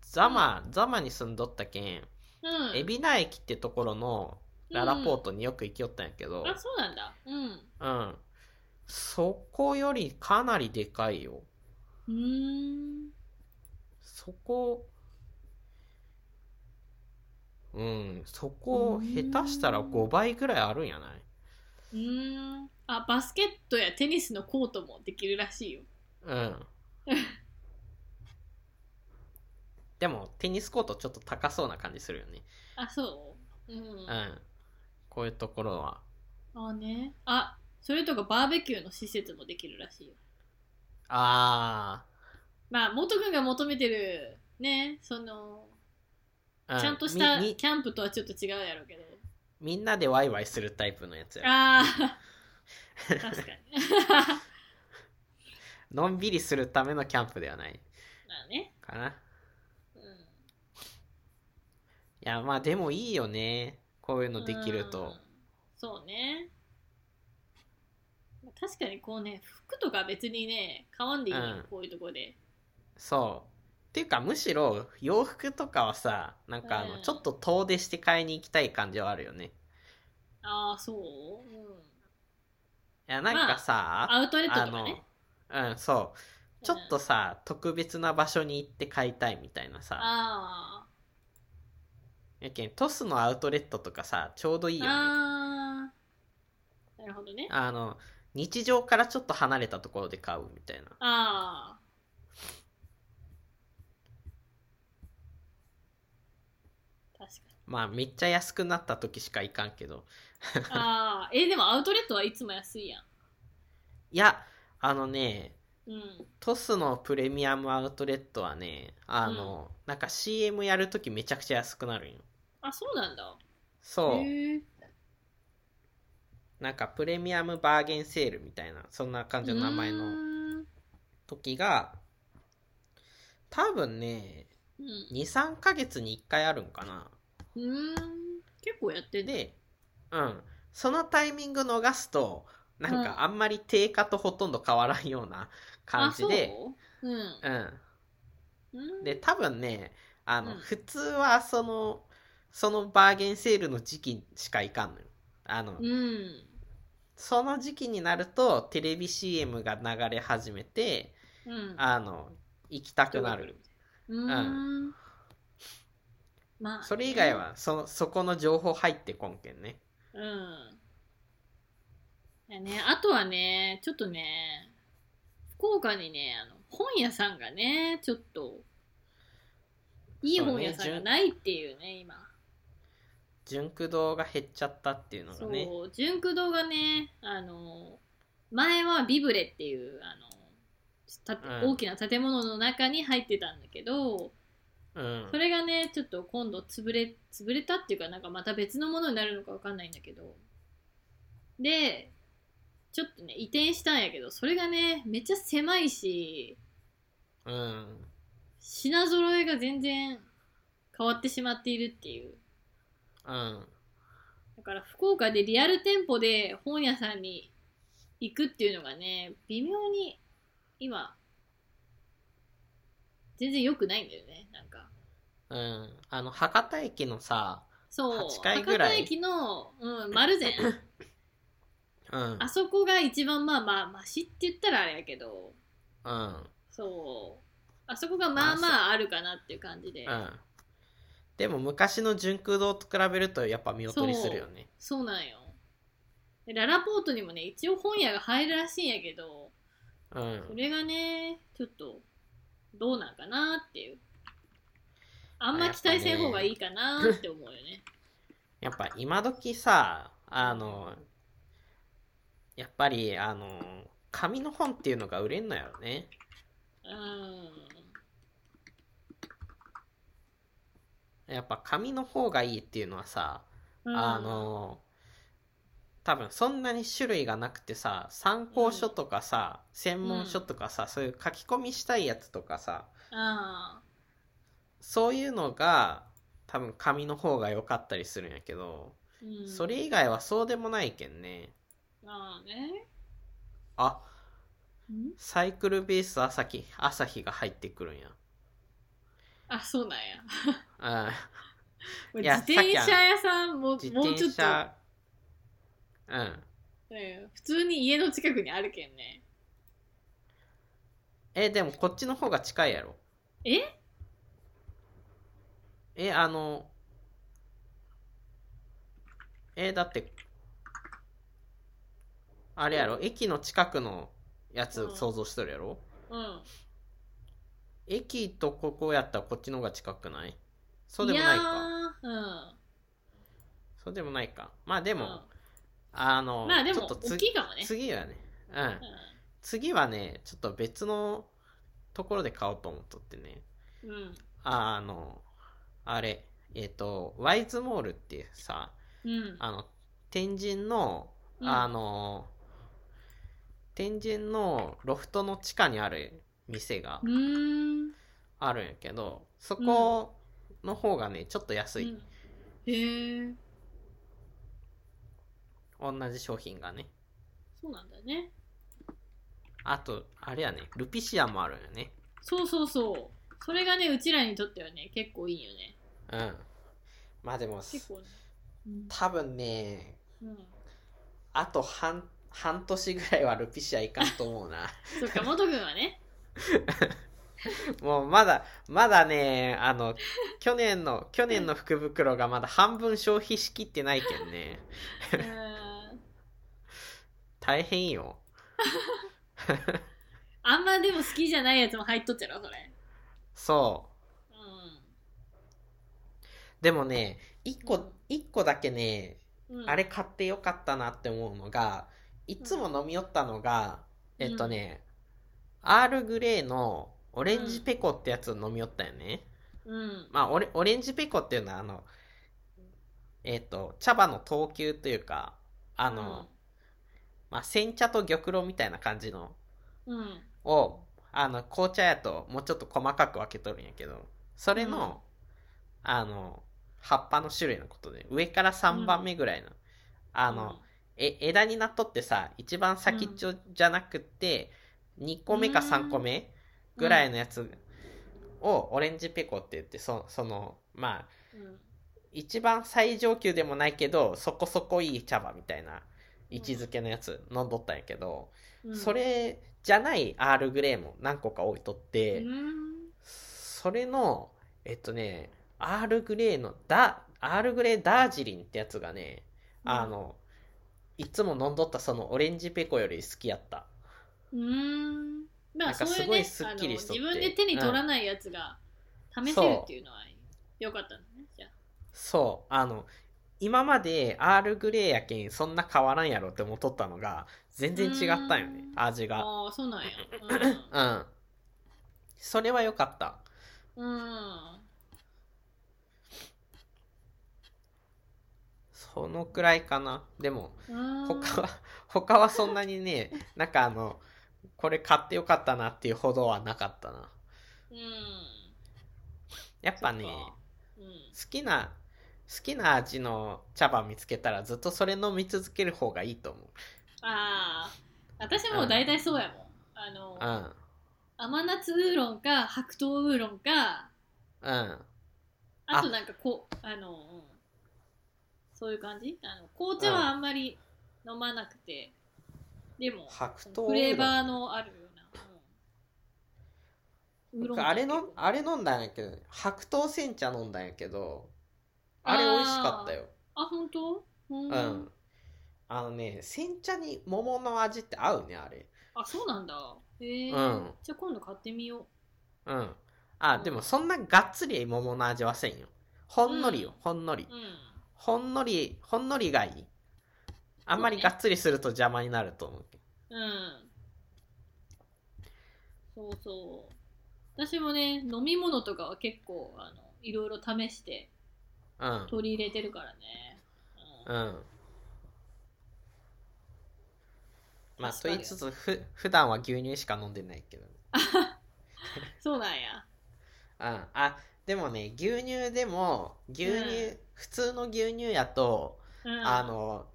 Speaker 3: ザマ、ザマに住んどったけん
Speaker 2: うん
Speaker 3: 海老名駅ってところのララポートによく行きよったんやけど、
Speaker 2: あそうなんだうん
Speaker 3: うん、そこよりかなりでかいよ
Speaker 2: うーん
Speaker 3: そこうんそこ
Speaker 2: うん
Speaker 3: 下手したら5倍ぐらいあるんやないう
Speaker 2: ーんあバスケットやテニスのコートもできるらしいよ
Speaker 3: うん
Speaker 2: (laughs)
Speaker 3: でもテニスコートちょっと高そうな感じするよね
Speaker 2: あそううん
Speaker 3: うんこういうところは
Speaker 2: あね。あ、それとかバーベキューの施設もできるらしいよ。
Speaker 3: あ
Speaker 2: まあ、元君が求めてる、ね、その、
Speaker 3: あ、う
Speaker 2: ちゃんとした
Speaker 3: みみ
Speaker 2: キャンプとはちょっと違うやろうけど。
Speaker 3: みんなでワイワイするタイプのやつや (laughs)
Speaker 2: ああ、確かに。
Speaker 3: のんびりするためのキャンプではない
Speaker 2: まあね。
Speaker 3: かな。
Speaker 2: うん。
Speaker 3: いや、まあでもいいよね。こういうのできる
Speaker 2: うん
Speaker 3: と。。
Speaker 2: そうね。確かにこうね、服とか別にね、買わんでいいよ、
Speaker 3: うん
Speaker 2: こういうとこで。
Speaker 3: そう。っていうか、むしろ洋服とかはさ、なんかあ
Speaker 2: う
Speaker 3: の、
Speaker 2: ん
Speaker 3: ちょっと遠出して買いに行きたい感じはあるよね。
Speaker 2: ああ、そう、うん、
Speaker 3: いや、なんかさ、
Speaker 2: アウトレッ
Speaker 3: あ
Speaker 2: トとかね。
Speaker 3: の、うん、そう。ちょっとさ、特別な場所に行って買いたいみたいなさ。
Speaker 2: あ
Speaker 3: やけん、トスのアウトレットとかさ、ちょうどいいよ
Speaker 2: ー
Speaker 3: ね。
Speaker 2: あー。なるほどね。
Speaker 3: あの、日常からちょっと離れたところで買うみたいな。
Speaker 2: ああ。確か
Speaker 3: まあ、めっちゃ安くなった時しか行かんけど。
Speaker 2: に。
Speaker 3: (laughs)
Speaker 2: ああ。え、でもアウトレットはいつも安いやん。
Speaker 3: いや、あのね、
Speaker 2: うん。
Speaker 3: トスのプレミアムアウトレットはね、あの、なんか CM やるときめちゃくちゃ安くなるんよ。
Speaker 2: あ、そうなんだ。
Speaker 3: そ
Speaker 2: へえ
Speaker 3: う。なんかプレミアムバーゲンセールみたいな、そんな感じの名前
Speaker 2: う
Speaker 3: の
Speaker 2: ーん
Speaker 3: 時が、多分ね、
Speaker 2: うん。
Speaker 3: 2、3ヶ月に1回あるんかな。
Speaker 2: うーん結構やってんね。
Speaker 3: で、うん。そのタイミング逃すと、なん
Speaker 2: うん
Speaker 3: かあんまり定価とほとんど変わらんような感じで、
Speaker 2: あ、そううん
Speaker 3: うん。
Speaker 2: うん。
Speaker 3: で多分ねあの、
Speaker 2: うん
Speaker 3: 普通はそのそのバーゲンセールの時期しか行かんのよあの、
Speaker 2: うん。
Speaker 3: その時期になるとテレビ CM が流れ始めて
Speaker 2: うん。
Speaker 3: あの行きたくなる。
Speaker 2: うーん。まあ。
Speaker 3: それ以外。はそそこの情報入ってこんけんね
Speaker 2: うん。だね、あとはね、ちょっとね、福岡にね、あの本屋さんがね、ちょっと、いい本屋さんがないっていうね、今。
Speaker 3: 純駆動が減っちゃったっていうのが
Speaker 2: そ
Speaker 3: ね
Speaker 2: う、純駆堂がね、あの、前はビブレっていう、あの、た
Speaker 3: うん
Speaker 2: 大きな建物の中に入ってたんだけど、
Speaker 3: うん
Speaker 2: それがね、ちょっと今度潰れ、潰れたっていうか、なんかまた別のものになるのかわかんないんだけど。で、ちょっとね、移転したんやけど、それがね、めっちゃ狭いし、
Speaker 3: うん
Speaker 2: 品揃えが全然変わってしまっているっていう。
Speaker 3: うん
Speaker 2: だから福岡でリアル店舗で本屋さんに行くっていうのがね、微妙に今、全然良くないんだよね、なんか。
Speaker 3: うんあの博多駅のさ
Speaker 2: そう、
Speaker 3: 8階ぐらい
Speaker 2: 博多駅の、うん、丸善。
Speaker 3: うん
Speaker 2: あそこが一番まあまあマシって言ったらあれやけど
Speaker 3: うん
Speaker 2: そうあそこがまあまああるかなっていう感じで、
Speaker 3: うんでも昔の純空堂と比べるとやっぱ見劣りするよね
Speaker 2: そうなんよでララポートにもね一応本屋が入るらしいんやけど
Speaker 3: う
Speaker 2: そ
Speaker 3: ん、
Speaker 2: れがねちょっとどうなんかなっていうあんま期待せん方がいいかなって思うよ
Speaker 3: (laughs)
Speaker 2: ね
Speaker 3: やっぱ今時さあのやっぱりあの紙の本っていうのが売れんのやろねやっぱ紙の方がいいっていうのはさ、
Speaker 2: うん
Speaker 3: あの多分そんなに種類がなくてさ参考書とかさ、専門書とかさ、そういう書き込みしたいやつとかさ
Speaker 2: あ
Speaker 3: そういうのが多分紙の方が良かったりするんやけど、
Speaker 2: ー、うん、
Speaker 3: それ以外はそうでもないけんね
Speaker 2: まあね
Speaker 3: あ
Speaker 2: ん
Speaker 3: サイクルベース朝日朝日が入ってくるんや
Speaker 2: あそうなんや
Speaker 3: あ
Speaker 2: 自
Speaker 3: いや
Speaker 2: 転車屋さんももう
Speaker 3: 自
Speaker 2: ちょっ
Speaker 3: 転
Speaker 2: と
Speaker 3: 車うん
Speaker 2: うん普通に家の近くにあるけんね
Speaker 3: えでもこっちの方が近いやろ
Speaker 2: え
Speaker 3: えあのえだってあれやろ駅の近くのやつ
Speaker 2: うん
Speaker 3: 想像しとるやろ、
Speaker 2: うん
Speaker 3: 駅とここやったらこっちの方が近くないそうでもないか
Speaker 2: やー
Speaker 3: そうでもないかまあで
Speaker 2: うん
Speaker 3: も、
Speaker 2: う
Speaker 3: あの
Speaker 2: んまあで
Speaker 3: ちょ
Speaker 2: も
Speaker 3: っとつ
Speaker 2: 大きいかもね
Speaker 3: 次はねうん
Speaker 2: う
Speaker 3: 次はねちょっと別のところで買おうと思っとってね
Speaker 2: んうん
Speaker 3: あのあれえっ、とワイズモールっていうさ
Speaker 2: うん
Speaker 3: あの天神の、
Speaker 2: うん
Speaker 3: あの天神のロフトの地下にある店が
Speaker 2: うーん。
Speaker 3: あるんやけどそこの方がねちょっと安い、
Speaker 2: うんへえ。
Speaker 3: 同じ商品がね
Speaker 2: そうなんだね。
Speaker 3: あとあれやねルピシアもあるんよね
Speaker 2: そうそうそう。それがね、うちらにとってはね、結構いいよね。
Speaker 3: うんまあでも
Speaker 2: 結構ね。うん
Speaker 3: 多分ね
Speaker 2: うん、
Speaker 3: あと半半年ぐらいはルピシアいかんと思うな
Speaker 2: そっか、元君はね。
Speaker 3: (laughs) もうまだまだねあの去年の去年の福袋がまだ半分消費しきってないけんね
Speaker 2: うーん
Speaker 3: 大変よ
Speaker 2: あんまでも好きじゃないやつも入っとっちゃろ、それ。
Speaker 3: そうでもね、一
Speaker 2: う
Speaker 3: 個
Speaker 2: ん、
Speaker 3: 一個だけね、
Speaker 2: ん。うん、
Speaker 3: あれ買ってよかったなって思うのが、いつも飲み寄ったのが、
Speaker 2: うん
Speaker 3: えっとね、アールグレーのオレンジペコってやつを飲み寄ったよね。
Speaker 2: うん。
Speaker 3: まあ、オレオレンジペコっていうのは、あの、えっと、茶葉の等級というか、あの、まあ、煎茶と玉露みたいな感じの
Speaker 2: うん。うん。
Speaker 3: を、あの、紅茶やともうちょっと細かく分けとるんやけど、それの、あの、葉っぱの種類のことで、上から3番目ぐらいの、あの、え、枝になっとってさ、一番先っちょじゃなくて、2個目か3個目ぐらいのやつを、オレンジペコって言って、そその、まあ、
Speaker 2: うん、うん。
Speaker 3: 一番最上級でもないけど、そこそこいい茶葉みたいな位置づけのやつ飲んどったんやけど、
Speaker 2: うん
Speaker 3: そ、れじゃないアールグレーも何個か置いとっ
Speaker 2: う
Speaker 3: て、
Speaker 2: ん。
Speaker 3: それの、えっとね、アールグレーのダ、アールグレーダージリンってやつがね、あの、いつも飲んどったそのオレンジペコより好きやった。
Speaker 2: うん。
Speaker 3: な
Speaker 2: まあ、
Speaker 3: んか
Speaker 2: そうい
Speaker 3: す
Speaker 2: う
Speaker 3: ごい
Speaker 2: ね、
Speaker 3: すっきりしとって
Speaker 2: あの自分で手に取らないやつが試せるっていうのは良かったのね、じゃあ。
Speaker 3: そう、あの、今までアールグレーやけんそんな変わらんやろって思っとったのが、全然違ったんよね
Speaker 2: う、ん
Speaker 3: 味が。
Speaker 2: ああ、そうなんや。
Speaker 3: うん。それは良かった。
Speaker 2: うん。うん。
Speaker 3: そのくらいかな。でも、
Speaker 2: うん
Speaker 3: 他は、他はそんなにね、なんかあの、これ買ってよかったなっていうほどはなかったな。
Speaker 2: うん。
Speaker 3: やっぱね、
Speaker 2: そっか
Speaker 3: 好
Speaker 2: うん。
Speaker 3: きな、好きな味の茶葉見つけたらずっとそれ飲み続ける方がいいと思う。
Speaker 2: ああ、私も大体そうやもん。あ
Speaker 3: う
Speaker 2: の、
Speaker 3: ん。
Speaker 2: 甘夏ウーロンか、白桃ウーロンか、
Speaker 3: うん。
Speaker 2: あとなんかこう、あの、うんそういう感じあの紅茶はあんまり飲まなくて、でも、
Speaker 3: 白
Speaker 2: その
Speaker 3: 桃
Speaker 2: フレーバ
Speaker 3: ウーロ
Speaker 2: ー
Speaker 3: ン
Speaker 2: のあるような。うんウーロ
Speaker 3: 僕
Speaker 2: ン茶
Speaker 3: あれの
Speaker 2: 結構
Speaker 3: あれ飲んだんやけど、白桃煎茶飲んだんやけど、あれ美味しかったよ。
Speaker 2: あ、本当うん
Speaker 3: うん。あのね、煎茶に桃の味って合うね、あれ。
Speaker 2: あ、そうなんだ。へえ、
Speaker 3: うん
Speaker 2: じゃあ今度買ってみよう。
Speaker 3: うん。あ、でもそんながっつり桃の味はせんよ。ほんのりよ、
Speaker 2: うん
Speaker 3: ほんのり。
Speaker 2: うん。
Speaker 3: ほんのり、ほんのりがいい。あんまりがっつりすると邪魔になると思う。
Speaker 2: うん。そうそう。私もね、飲み物とかは結構、あの、いろいろ試して
Speaker 3: うん。
Speaker 2: 取り入れてるからね。うん
Speaker 3: うん。まあ、
Speaker 2: 確
Speaker 3: と
Speaker 2: かに
Speaker 3: 言いつつ、ふ、普段は牛乳しか飲んでないけど。
Speaker 2: そうなんや。
Speaker 3: うん。あ、でもね、牛乳でも、牛乳、
Speaker 2: う
Speaker 3: 普通の牛乳やと、
Speaker 2: うん、
Speaker 3: あの、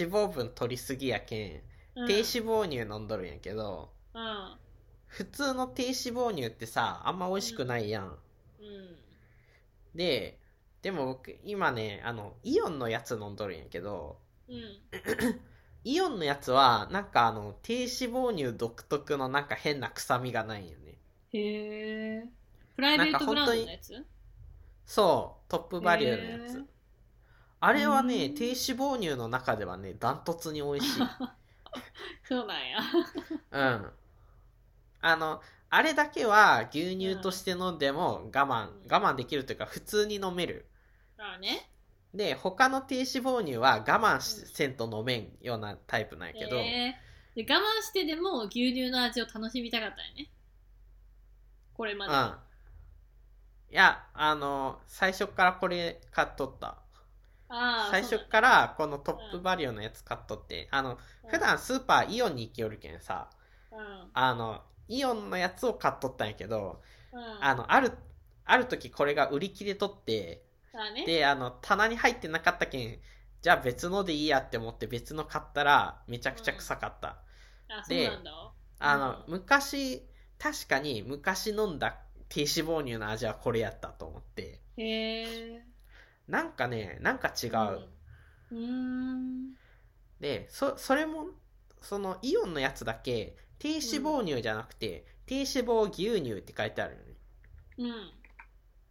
Speaker 3: 脂肪分取りすぎやけん、
Speaker 2: うん、
Speaker 3: 低脂肪乳飲んどるんやけど、
Speaker 2: うん。
Speaker 3: 普通の低脂肪乳ってさ、あんま美味しくないやん。
Speaker 2: うん。
Speaker 3: で、でも僕、今ね、あの、イオンのやつ飲んどるんやけど、
Speaker 2: うん。
Speaker 3: イオンのやつは、なんかあの、低脂肪乳独特のなんか変な臭みがないよね。
Speaker 2: へえ。プライベートブランドのやつ
Speaker 3: そう、トップバリューのや
Speaker 2: へ
Speaker 3: つ
Speaker 2: ー。
Speaker 3: あれはね、
Speaker 2: うん
Speaker 3: 低脂肪乳の中ではね、ダントツに美味しい。
Speaker 2: そうなんや。 (laughs)
Speaker 3: うん。あの、あれだけは牛乳として飲んでも我慢、
Speaker 2: うん
Speaker 3: 我慢できるというか普通に飲める。
Speaker 2: まあね。
Speaker 3: で、他の低脂肪乳は我慢しせんと飲めんようなタイプなんやけど、
Speaker 2: へえで我慢してでも牛乳の味を楽しみたかったんやね。これまで。
Speaker 3: うん。いや、あの、最初からこれ買っとった。
Speaker 2: ああ
Speaker 3: 最
Speaker 2: そう
Speaker 3: 初
Speaker 2: なんだ
Speaker 3: からこのトップバリューのやつ買っとって、あの普段スーパーイオンに行きよるけんさ
Speaker 2: うん
Speaker 3: あのイオンのやつを買っとったんやけど
Speaker 2: うん
Speaker 3: あのあるある時これが売り切れとって
Speaker 2: あね
Speaker 3: であの棚に入ってなかったけんじゃあ別のでいいやって思って別の買ったらめちゃくちゃ臭かった、
Speaker 2: あそうなんだ
Speaker 3: あの、
Speaker 2: う
Speaker 3: 昔確かに昔飲んだ低脂肪乳の味はこれやったと思って
Speaker 2: へえ
Speaker 3: なんかねなんか違う、
Speaker 2: うんう
Speaker 3: でそそれもそのイオンのやつだけ低脂肪乳じゃなくて、低脂肪牛乳って書いてあるよね
Speaker 2: ーんうん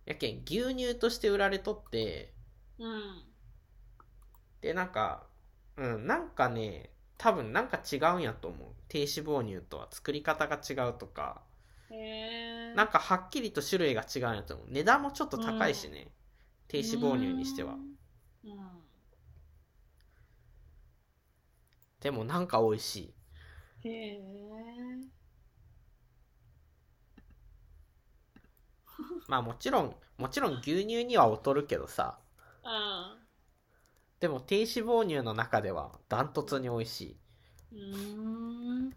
Speaker 3: やけん牛乳として売られとって
Speaker 2: うん
Speaker 3: でなんかうんなんかね多分なんか違うんやと思う低脂肪乳とは作り方が違うとか
Speaker 2: へえ
Speaker 3: なんかはっきりと種類が違うんやと思う値段もちょっと高いしね、低脂肪乳にしては
Speaker 2: うんうん
Speaker 3: でもなんか美味しい
Speaker 2: へえ。
Speaker 3: まあもちろんもちろん牛乳には劣るけどさ
Speaker 2: ああ。
Speaker 3: でも低脂肪乳の中ではダントツに美味しいう
Speaker 2: ーん。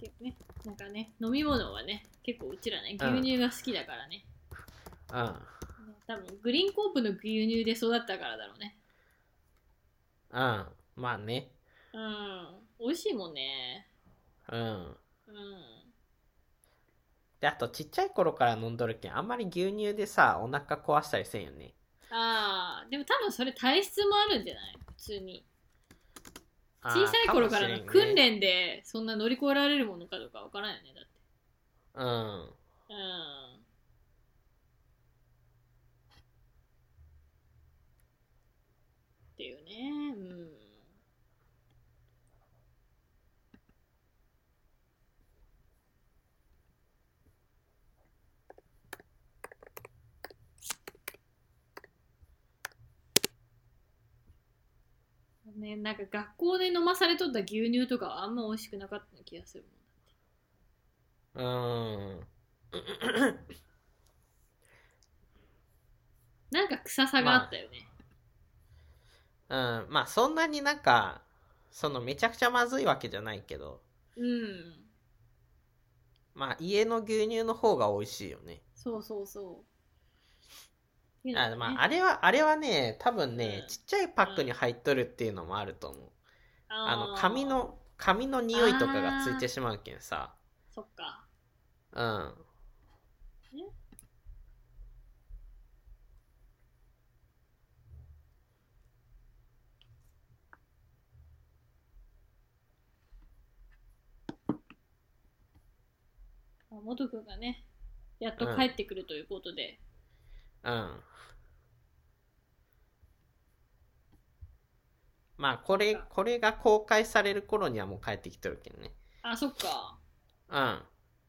Speaker 2: 結構ね、なんかね、飲み物はね、結構うちらね、
Speaker 3: うん
Speaker 2: 牛乳が好きだからね。
Speaker 3: うん
Speaker 2: ね多分グリーンコープの牛乳で育ったからだろうね。
Speaker 3: うんまあね
Speaker 2: うん。美味しいもんね。
Speaker 3: うん
Speaker 2: うん。
Speaker 3: であとちっちゃい頃から飲んどるけんあんまり牛乳でさお腹壊したりせんよね
Speaker 2: ああ、でも多分それ体質もあるんじゃない普通に。小さい頃からの訓、練でそんな乗り越えられるものかどうかわからんよね、だって。
Speaker 3: あーかもしれんね
Speaker 2: うん。っていうね。うん。ね、なんか学校で飲まされとった牛乳とかはあんま美味しくなかった気がするも
Speaker 3: う
Speaker 2: ん。
Speaker 3: んうん
Speaker 2: なんか臭さがあったよね。
Speaker 3: うん、まあそんなになんかそのめちゃくちゃまずいわけじゃないけど
Speaker 2: うん。
Speaker 3: まあ家の牛乳の方が美味しいよね
Speaker 2: そうそうそう。いいの
Speaker 3: あ
Speaker 2: ね
Speaker 3: まあ、あれはあれはね多分ね、
Speaker 2: うん
Speaker 3: ちっちゃいパックに入っとるっていうのもあると思う、あの
Speaker 2: ー
Speaker 3: 紙。の紙の匂いとかがついてしまうけんさ
Speaker 2: そっか。
Speaker 3: うん
Speaker 2: まあ元君がね、やっと帰ってくるということで。
Speaker 3: うんまあこれこれが公開される頃にはもう帰ってきとるけんね
Speaker 2: あ、そっか。
Speaker 3: うん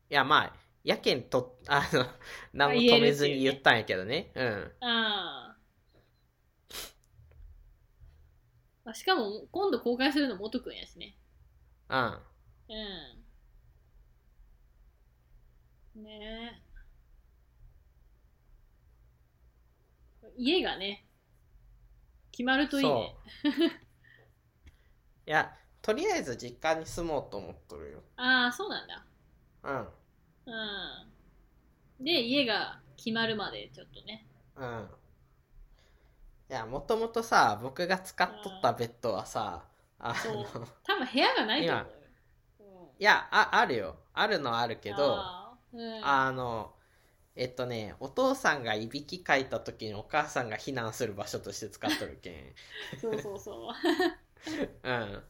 Speaker 3: いやまあやけんとあの何も
Speaker 2: 言え
Speaker 3: 止
Speaker 2: る
Speaker 3: め
Speaker 2: っていうね
Speaker 3: ずに言ったんやけどねうん
Speaker 2: あーあ。しかも、今度公開するの元君やしね。
Speaker 3: うん
Speaker 2: うん。ねえ。家がね、決まるといいね。
Speaker 3: そう (laughs) いやとりあえず実家に住もうと思っとるよ
Speaker 2: ああ、そうなんだ。
Speaker 3: うん
Speaker 2: うん。で、家が決まるまでちょっとね。
Speaker 3: うんいやもともとさ僕が使っとったベッドはさあの
Speaker 2: そう多分部屋がないと思うよ。うん
Speaker 3: いやああるよあるのはあるけどあ
Speaker 2: あーうん、
Speaker 3: のえっとねお父さんがいびきかいた時にお母さんが避難する場所として使っとるけん
Speaker 2: そうそうそう。 (laughs)
Speaker 3: うん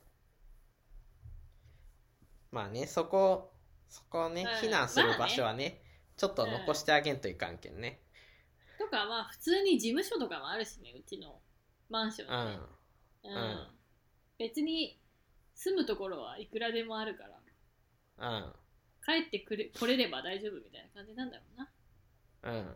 Speaker 3: まあねそこそこをね、
Speaker 2: うん
Speaker 3: 避難する
Speaker 2: まあ
Speaker 3: 場
Speaker 2: ね
Speaker 3: 所はねちょっと残してあげんといかんけんね
Speaker 2: とか、まあ、普通に事務所とかもあるしね、うちのマンション
Speaker 3: うん、
Speaker 2: ね。うん
Speaker 3: うん
Speaker 2: 別に住むところはいくらでもあるから、
Speaker 3: うん
Speaker 2: 帰ってくれ来れれば大丈夫みたいな感じなんだろうな。
Speaker 3: うん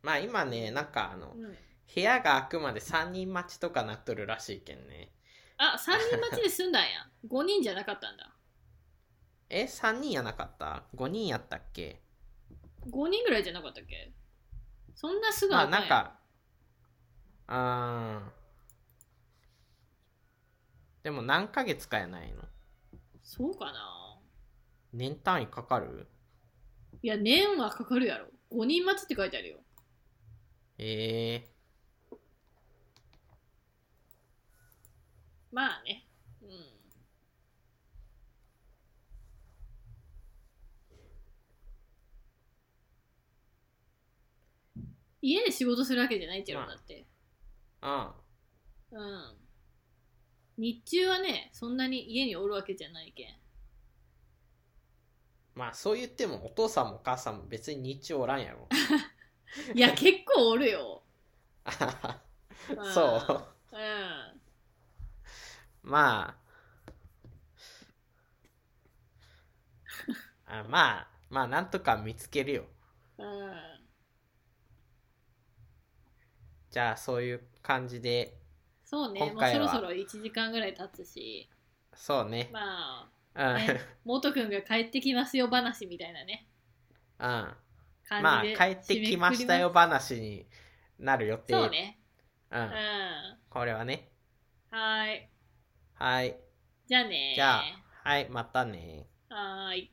Speaker 3: まあ今ねなんかあの、
Speaker 2: うん、
Speaker 3: 部屋があくまで3人待ちとかなっとるらしいけんね
Speaker 2: あ、3人待ちで住んだん
Speaker 3: (laughs)
Speaker 2: や。5人じゃなかったんだ。
Speaker 3: え3人やなかった ?5 人やったっけ
Speaker 2: 5人ぐらいじゃなかったっけそんなすぐ
Speaker 3: まあ
Speaker 2: あ
Speaker 3: なんか、あーでも何ヶ月かやないの
Speaker 2: そうかな
Speaker 3: 年単位かかる
Speaker 2: いや年はかかるやろ5人待ちって書いてあるよ
Speaker 3: ええ
Speaker 2: まあねうん家で仕事するわけじゃないけど、
Speaker 3: まあ
Speaker 2: だって
Speaker 3: あ
Speaker 2: うん日中はねそんなに家におるわけじゃない
Speaker 3: (laughs)
Speaker 2: けん
Speaker 3: まあそう言ってもお父さんもお母さんも別に日中おらんやろ
Speaker 2: いや結構おるよ、
Speaker 3: あはは
Speaker 2: ん
Speaker 3: そう
Speaker 2: うん (laughs)
Speaker 3: まああまあまあなんとか見つけるよ
Speaker 2: うん
Speaker 3: じゃあそういう感じで
Speaker 2: そうね、
Speaker 3: 今
Speaker 2: もうそ
Speaker 3: 回は
Speaker 2: ろそろ1時間ぐらい経つし、
Speaker 3: そうね、
Speaker 2: まあ、
Speaker 3: うん、
Speaker 2: ね元くんが帰ってきますよ話みたいなね、
Speaker 3: うんま
Speaker 2: 感
Speaker 3: あ
Speaker 2: じで
Speaker 3: 帰ってきましたよ話になる予
Speaker 2: 締めくくり
Speaker 3: 定
Speaker 2: ます。そうね。
Speaker 3: う
Speaker 2: うんん。
Speaker 3: これはね
Speaker 2: はーい。
Speaker 3: はい
Speaker 2: じゃあねー
Speaker 3: じゃあはいまたね
Speaker 2: はーい。